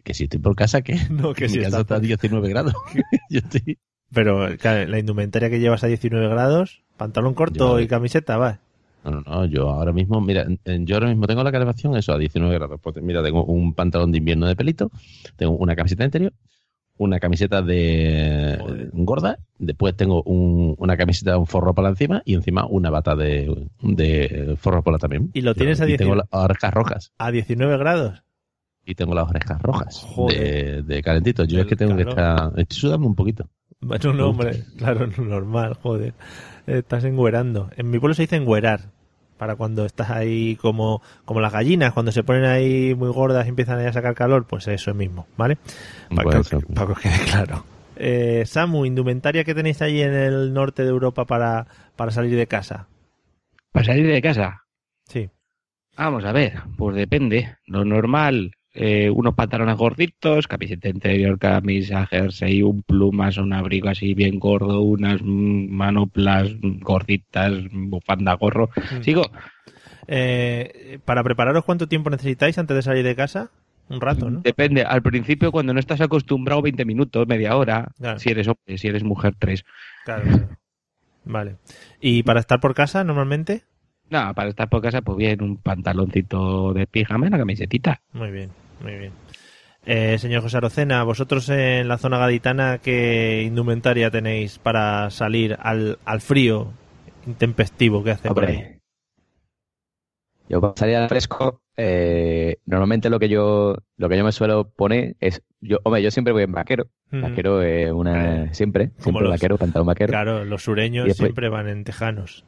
Que si estoy por casa, ¿qué? No, que Mi si casa estás está a por- 19 grados. Yo estoy... Pero claro, la indumentaria que llevas a 19 grados, pantalón corto Yo- y camiseta, va. No, no, no, yo ahora mismo, mira, en- yo ahora mismo tengo la calefacción, eso, a 19 grados. Pues mira, tengo un pantalón de invierno de pelito, tengo una camiseta interior, una camiseta de Joder. gorda, después tengo un- una camiseta, un forro para encima y encima una bata de, de forro para también. ¿Y lo tienes a y tengo 19? las orejas rojas. A 19 grados. Y tengo las orejas rojas de, Joder. de calentito. Yo Del es que tengo que calor. estar... Estoy sudando un poquito. Bueno, no, hombre, claro, normal, joder. Estás engüerando. En mi pueblo se dice engüerar. Para cuando estás ahí como, como las gallinas, cuando se ponen ahí muy gordas y empiezan ahí a sacar calor, pues eso mismo, ¿vale? Para, Puede que, ser. para que os quede claro. Eh, Samu, indumentaria que tenéis allí en el norte de Europa para, para salir de casa. Para salir de casa. Sí. Vamos a ver, pues depende. Lo normal, eh, unos pantalones gorditos, camiseta interior, camisa, jersey, un plumas, un abrigo así bien gordo, unas mm, manoplas mm, gorditas, bufanda, gorro. Sigo, Eh, para prepararos, ¿cuánto tiempo necesitáis antes de salir de casa? Un rato, ¿no? depende. Al principio, cuando no estás acostumbrado, 20 minutos, media hora. Claro. Si eres hombre, si eres mujer, tres. Claro, claro. Vale. ¿Y para estar por casa normalmente? Nada, para estar por casa, pues bien, un pantaloncito de pijama y una camisetita. Muy bien, muy bien. Eh, señor José Arocena, vosotros en la zona gaditana, ¿qué indumentaria tenéis para salir al, al frío intempestivo que hace por ahí? Hombre. Yo para salir al fresco, eh, normalmente lo que yo lo que yo me suelo poner es, yo, hombre, yo siempre voy en vaquero, Ujú. Eh, vaquero es una, siempre, siempre los- vaquero, pantalón vaquero, Claro, los sureños Y después- siempre van en tejanos.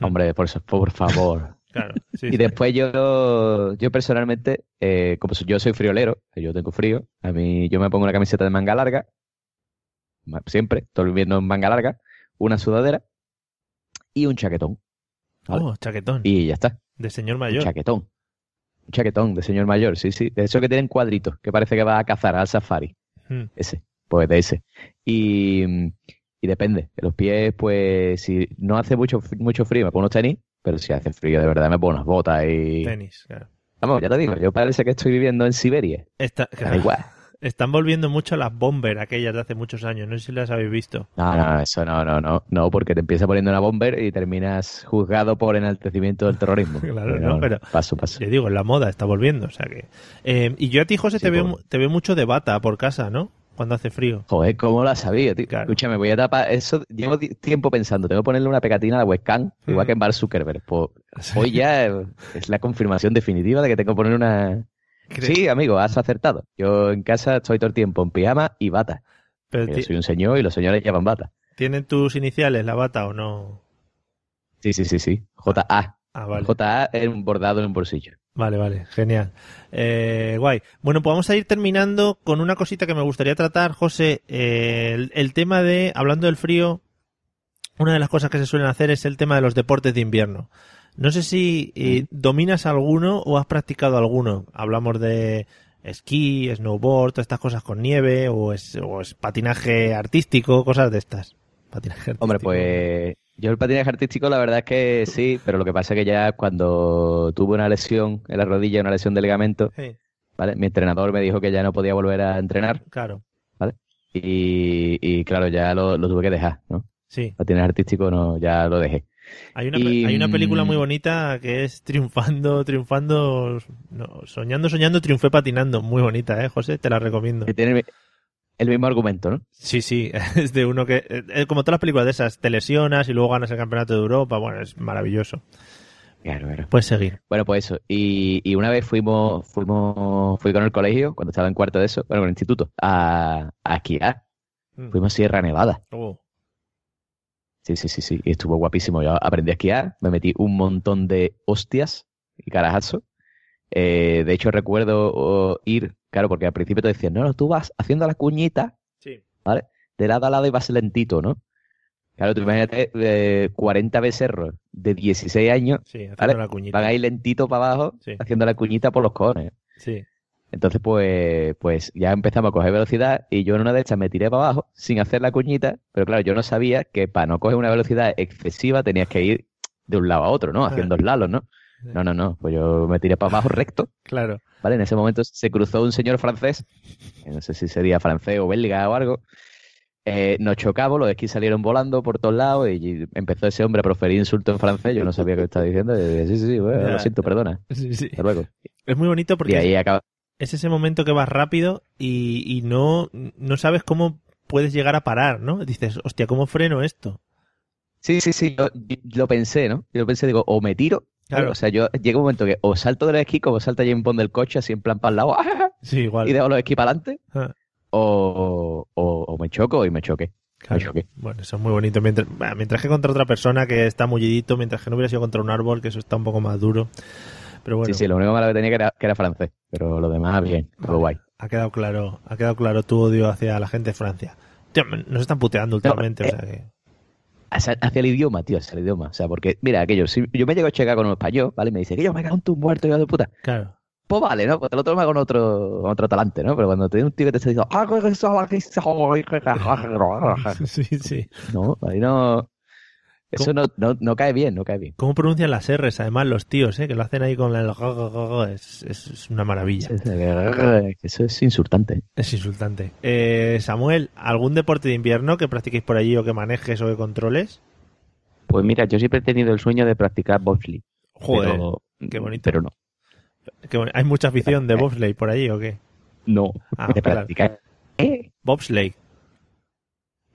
hombre, por, so- por favor. Claro, sí, y sí. después yo, yo personalmente, eh, como so- yo soy friolero, yo tengo frío, a mí yo me pongo una camiseta de manga larga, ma- siempre, todo el invierno en manga larga, una sudadera y un chaquetón, ¿vale? Oh, chaquetón, y ya está. de señor Un mayor. chaquetón. Un chaquetón de señor mayor, sí, sí. De esos que tienen cuadritos, que parece que va a cazar al safari. Mm. Ese, pues de ese. Y, y depende. De los pies, pues si no hace mucho, mucho frío, me pongo unos tenis, pero si hace frío de verdad, me pongo unas botas y Tenis, claro. Vamos, ya te digo, yo parece que estoy viviendo en Siberia. Está, Da igual. Están volviendo mucho las bomber aquellas de hace muchos años. No sé si las habéis visto. No, no, eso no, no, no, no, porque te empieza poniendo una bomber y terminas juzgado por enaltecimiento del terrorismo. Claro, no, pero- Paso, paso. Yo digo, la moda está volviendo. O sea que. Eh, y yo a ti, José, te, veo, mu- te veo mucho de bata por casa, ¿no? Cuando hace frío. Joder, ¿cómo la sabía, tío? Escúchame, voy a tapar. Eso llevo di- tiempo pensando. Tengo que ponerle una pegatina a la webcam, igual que en Bar Zuckerberg. Po- Hoy ya eh, es la confirmación definitiva de que tengo que poner una. Sí, amigo, has acertado. Yo en casa estoy todo el tiempo en pijama y bata. Pero Yo ti- soy un señor y los señores llevan bata. ¿Tienen tus iniciales la bata o no? Sí, sí, sí, sí. JA. Ah, vale. JA es un bordado en un bolsillo. Vale, vale, genial. Eh, guay. Bueno, pues vamos a ir terminando con una cosita que me gustaría tratar, José. Eh, el, el tema de, hablando del frío, una de las cosas que se suelen hacer es el tema de los deportes de invierno. No sé si eh, dominas alguno o has practicado alguno. Hablamos de esquí, snowboard, todas estas cosas con nieve o es, o es patinaje artístico, cosas de estas. Patinaje artístico. Hombre, pues yo el patinaje artístico la verdad es que sí, pero lo que pasa es que ya cuando tuve una lesión en la rodilla, una lesión de ligamento, Sí, ¿vale? Mi entrenador me dijo que ya no podía volver a entrenar, claro, ¿vale? Y, y claro, ya lo, lo tuve que dejar, ¿no? sí. Patinaje artístico no, ya lo dejé. Hay una, Y, hay una película mm, muy bonita que es Triunfando, Triunfando, no, Soñando, Soñando, Triunfé Patinando. Muy bonita, ¿eh, José? Te la recomiendo. Que tiene el mismo argumento, ¿no? Sí, sí, es de uno que, eh, eh, como todas las películas de esas, te lesionas y luego ganas el campeonato de Europa. Bueno, es maravilloso. Claro, claro. Puedes seguir. Bueno, pues eso. Y, y una vez fuimos, fuimos, fui con el colegio, cuando estaba en cuarto de eso, bueno, con el instituto, a, a esquiar. Mm. Fuimos a Sierra Nevada. Oh, Sí, sí, sí, sí. Y estuvo guapísimo. Yo aprendí a esquiar, me metí un montón de hostias y carajazos. Eh, de hecho, recuerdo oh, ir, claro, porque al principio te decían, no, no, tú vas haciendo la cuñita, Sí. ¿vale? De lado a lado y vas lentito, ¿no? Claro, tú imagínate eh, 40 becerros de 16 años, sí, haciendo ¿vale? la Van cuñita. a ir lentito para abajo, Sí. haciendo la cuñita por los cojones. Sí. Entonces, pues, pues ya empezamos a coger velocidad y yo en una de estas me tiré para abajo sin hacer la cuñita, pero claro, yo no sabía que para no coger una velocidad excesiva tenías que ir de un lado a otro, ¿no? Haciendo lados, ¿no? No, no, no, pues yo me tiré para abajo recto, Claro. ¿vale? En ese momento se cruzó un señor francés, que no sé si sería francés o belga o algo, eh, nos chocamos, los esquís salieron volando por todos lados y empezó ese hombre a proferir insultos en francés, yo no sabía qué estaba diciendo, y dije, sí, sí, sí, bueno, Ya. lo siento, perdona, Sí, sí. hasta luego. Es muy bonito porque Y ahí acaba... es ese momento que vas rápido y, y no, no sabes cómo puedes llegar a parar, ¿no? Dices, hostia, ¿cómo freno esto? Sí, sí, sí, yo, yo lo pensé, ¿no? Yo lo pensé, digo, o me tiro, Claro. ¿no? o sea, yo llega un momento que o salto del esquí, como salta Jim Bond del coche, así en plan para el lado, ¡ah! Sí, igual. y dejo los esquí para adelante, Ah. o, o- o me choco y me choqué. Claro. Bueno, eso es muy bonito. Mientras, bah, mientras que contra otra persona que está mullidito, mientras que no hubiera sido contra un árbol, que eso está un poco más duro. Pero bueno, Sí, sí, lo único malo que tenía que era, que era francés, pero lo demás bien, todo guay. ha quedado claro, ha quedado claro tu odio hacia la gente de Francia. Tío, me- nos están puteando eh, últimamente, o sea que- Hacia, hacia el idioma, tío, hacia el idioma. O sea, porque, mira, aquello, si yo me llego a checar con un español, ¿vale? Y me dice, que yo me cago en tu muerto, yo de puta. Claro. Pues vale, ¿no? Pues te lo toma con otro, con otro talante, ¿no? Pero cuando te viene un tío que te está diciendo, "Ah, Sí, sí. No, ahí no. Eso no, no, no cae bien, no cae bien. ¿Cómo pronuncian las R's? Además, los tíos, ¿eh? Que lo hacen ahí con el... go, go, go, go, Es, es- es una maravilla. Eso es insultante. Es insultante. Eh, Samuel, ¿algún deporte de invierno que practiquéis por allí o que manejes o que controles? Pues mira, yo siempre he tenido el sueño de practicar bobsleigh. Joder, pero- qué bonito. Pero no. Que bueno, ¿Hay mucha afición de bobsleigh por allí o qué? No. Ah, De claro. practicar. ¿Eh? Bobsleigh.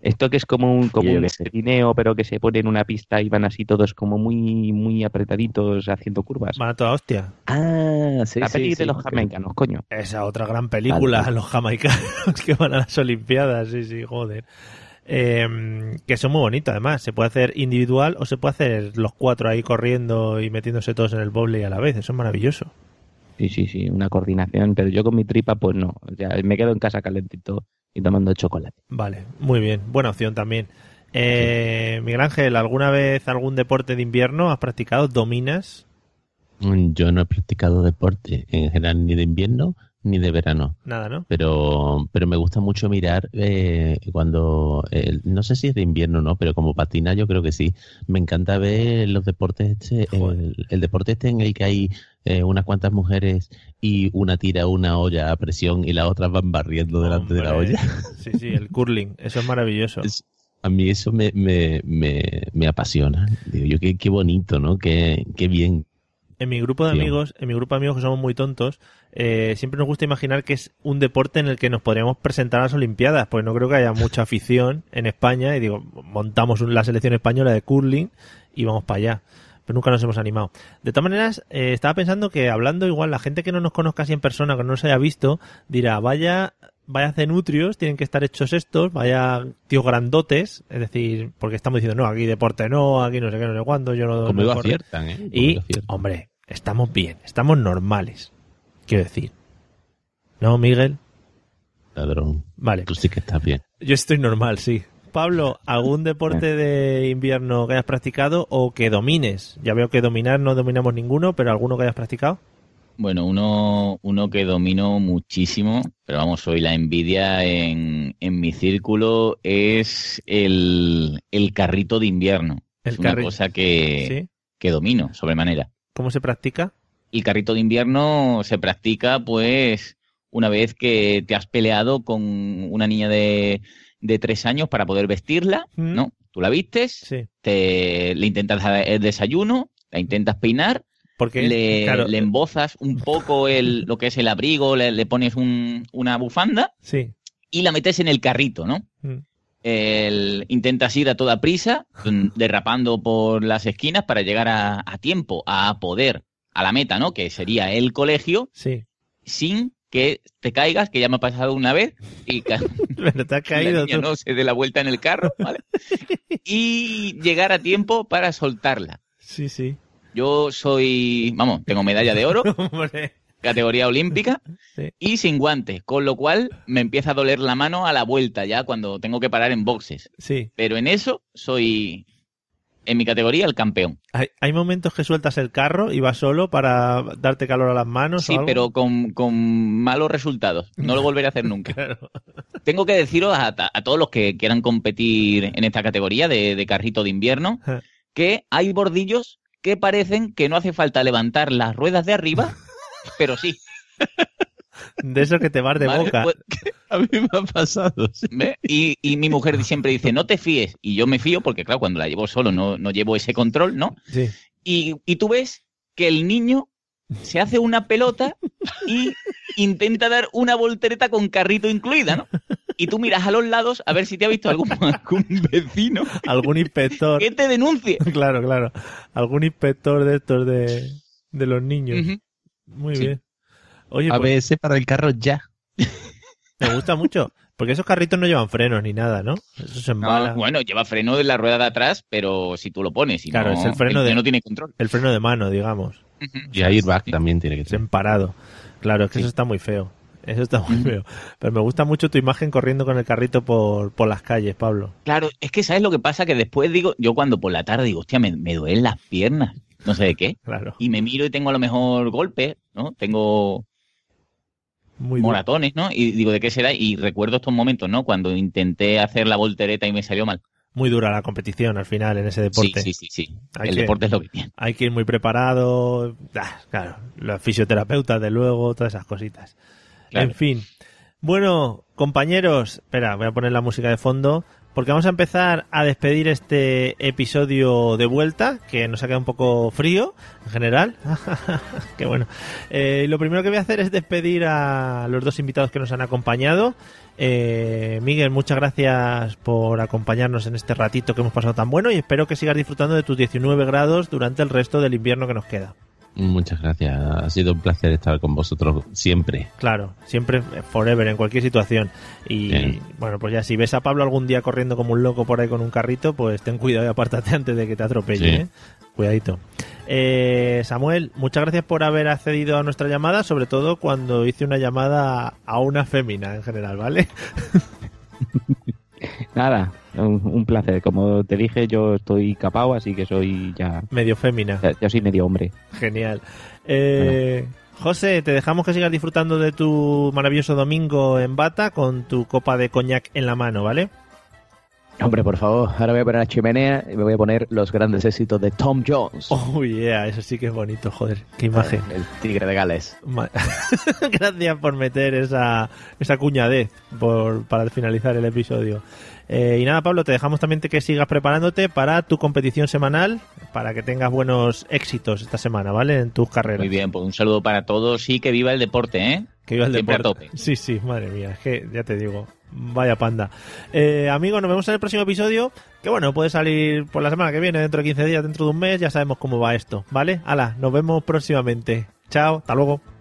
Esto que es como un, como Yo un qué sé. trineo, pero que se pone en una pista y van así todos como muy, muy apretaditos haciendo curvas. Van a toda hostia. Ah, sí, La sí, peli sí, de los ok. jamaicanos, coño. Esa otra gran película, Vale. los jamaicanos que van a las Olimpiadas, sí, sí, joder. Eh, que son muy bonitos, además. Se puede hacer individual o se puede hacer los cuatro ahí corriendo y metiéndose todos en el bobsleigh a la vez. Eso es maravilloso. Sí, sí, sí, una coordinación, pero yo con mi tripa, pues no. O sea, me quedo en casa calentito y tomando chocolate. Vale, muy bien. Buena opción también. Eh, Miguel Ángel, ¿alguna vez algún deporte de invierno has practicado? ¿Dominas? Mm, Yo no he practicado deporte en general, ni de invierno ni de verano. Nada, ¿no? Pero, pero me gusta mucho mirar eh, cuando, eh, no sé si es de invierno o no, pero como patina yo creo que sí. Me encanta ver los deportes este, Joder. el, el deporte este en el que hay eh, unas cuantas mujeres y una tira una olla a presión y las otras van barriendo delante de la Hombre. olla. Sí, sí, el curling. Eso es maravilloso. A mí eso me, me, me, me apasiona. Digo yo, qué, qué bonito, ¿no? Qué, qué bien. En mi grupo de Sí. amigos, en mi grupo de amigos que somos muy tontos, eh, siempre nos gusta imaginar que es un deporte en el que nos podríamos presentar a las Olimpiadas, porque no creo que haya mucha afición en España y digo, montamos un- la selección española de curling y vamos para allá. Pero nunca nos hemos animado. De todas maneras, eh, estaba pensando que hablando igual, la gente que no nos conozca así en persona, que no nos haya visto, dirá, vaya, vaya cenutrios, tienen que estar hechos estos, vaya tíos grandotes, es decir, porque estamos diciendo, no, aquí deporte no, aquí no sé qué, no sé cuándo, yo no... Conmigo no corro". aciertan, ¿eh? Y, hombre, estamos bien, estamos normales. Quiero decir. ¿No, Miguel? Ladrón. Vale. Tú sí que estás bien. Yo estoy normal, sí. Pablo, ¿algún deporte de invierno que hayas practicado o que domines? Ya veo que dominar no dominamos ninguno, pero alguno que hayas practicado. Bueno, uno, uno que domino muchísimo, pero vamos, soy la envidia en, en mi círculo, es el, el carrito de invierno. El es una carri- cosa que, ¿Sí? que domino sobremanera. ¿Cómo se practica? El carrito de invierno se practica, pues, una vez que te has peleado con una niña de, de tres años para poder vestirla, Mm. ¿no? Tú la vistes, Sí. te, le intentas dar el desayuno, la intentas peinar, Porque, le, claro, le embozas un poco el, lo que es el abrigo, le, le pones un- una bufanda sí. y la metes en el carrito, ¿no? Mm. El- intentas ir a toda prisa, mm, derrapando por las esquinas para llegar a, a tiempo, a poder, a la meta, ¿no? Que sería el colegio, Sí. sin que te caigas, que ya me ha pasado una vez, y ca- Pero te has caído la niña tú. no se dé la vuelta en el carro, ¿vale? Y llegar a tiempo para soltarla. Sí, sí. Yo soy, vamos, tengo medalla de oro, Hombre. categoría olímpica Sí. y sin guantes, con lo cual me empieza a doler la mano a la vuelta ya cuando tengo que parar en boxes. Sí. Pero en eso soy, en mi categoría, el campeón. Hay, hay momentos que sueltas el carro y vas solo para darte calor a las manos. o Sí, algo. pero con, con malos resultados. No lo volveré a hacer nunca. Claro. Tengo que deciros a, a todos los que quieran competir en esta categoría de, de carrito de invierno Ja. que hay bordillos que parecen que no hace falta levantar las ruedas de arriba, pero sí. De eso que te vas de ¿vale? boca. Pues- A mí me ha pasado. sí. ¿Ve? Y, y mi mujer siempre dice, no te fíes. Y yo me fío porque, claro, cuando la llevo solo no, no llevo ese control, ¿no? Sí. Y, y tú ves que el niño se hace una pelota y intenta dar una voltereta con carrito incluida, ¿no? Y tú miras a los lados a ver si te ha visto algún, algún vecino Algún inspector. que te denuncie. Claro, claro. Algún inspector de estos de, de los niños. Ujú. Muy sí. bien. Oye, A pues, veces para el carro ya. me gusta mucho. Porque esos carritos no llevan frenos ni nada, ¿no? Eso se No, embala. Ah, bueno, lleva freno de la rueda de atrás, pero si tú lo pones, y Claro, no, es el freno de- no tiene control. El freno de mano, digamos. Ujú. Y airbag también tiene que Es ser. emparado. Claro, es que Sí. eso está muy feo. Eso está muy Ujú. feo. Pero me gusta mucho tu imagen corriendo con el carrito por, por las calles, Pablo. Claro, es que sabes lo que pasa, que después digo, yo cuando por la tarde digo, hostia, me, me duelen las piernas, no sé de qué, Claro. y me miro y tengo a lo mejor golpes, ¿no? Tengo Muy bien. moratones, ¿no? Y digo, ¿de qué será? Y recuerdo estos momentos, ¿no? Cuando intenté hacer la voltereta y me salió mal. Muy dura la competición al final en ese Sí, deporte. sí, sí, sí. Hay El que- deporte es lo que tiene. Hay que ir muy preparado. Ah, claro, los fisioterapeutas, de luego, todas esas cositas. Claro. En fin. Bueno, compañeros, espera, voy a poner la música de fondo. Porque vamos a empezar a despedir este episodio de vuelta, que nos ha quedado un poco frío en general. Qué bueno. Eh, y lo primero que voy a hacer es despedir a los dos invitados que nos han acompañado. Eh, Miguel, muchas gracias por acompañarnos en este ratito que hemos pasado tan bueno y espero que sigas disfrutando de tus 19 grados durante el resto del invierno que nos queda. Muchas gracias. Ha sido un placer estar con vosotros siempre. Claro, siempre eh, forever, en cualquier situación. Y Bien. bueno, pues ya si ves a Pablo algún día corriendo como un loco por ahí con un carrito, pues ten cuidado y apártate antes de que te atropelle. Sí. ¿eh? Cuidadito. Eh, Samuel, muchas gracias por haber accedido a nuestra llamada, sobre todo cuando hice una llamada a una fémina en general, ¿vale? Nada, un, un placer. Como te dije, yo estoy capao, así que soy ya. Medio fémina. ya- ya soy medio hombre. Genial. Eh, José, te dejamos que sigas disfrutando de tu maravilloso domingo en bata con tu copa de coñac en la mano, ¿vale? Hombre, por favor, ahora voy a poner la chimenea y me voy a poner los grandes éxitos de Tom Jones. Oh, yeah, eso sí que es bonito, joder, qué imagen. El, tigre de Gales. Ma- Gracias por meter esa, esa cuñadez por, para finalizar el episodio. Eh, y nada, Pablo, te dejamos también te- que sigas preparándote para tu competición semanal, para que tengas buenos éxitos esta semana, ¿vale? En tus carreras. Muy bien, pues un saludo para todos y que viva el deporte, ¿eh? Que viva el Siempre a deporte. Sí, sí, madre mía, es que ya te digo, vaya panda. Eh, amigos, nos vemos en el próximo episodio, que bueno, puede salir por la semana que viene, dentro de 15 días, dentro de un mes, ya sabemos cómo va esto, ¿vale? Hala, nos vemos próximamente. Chao, hasta luego.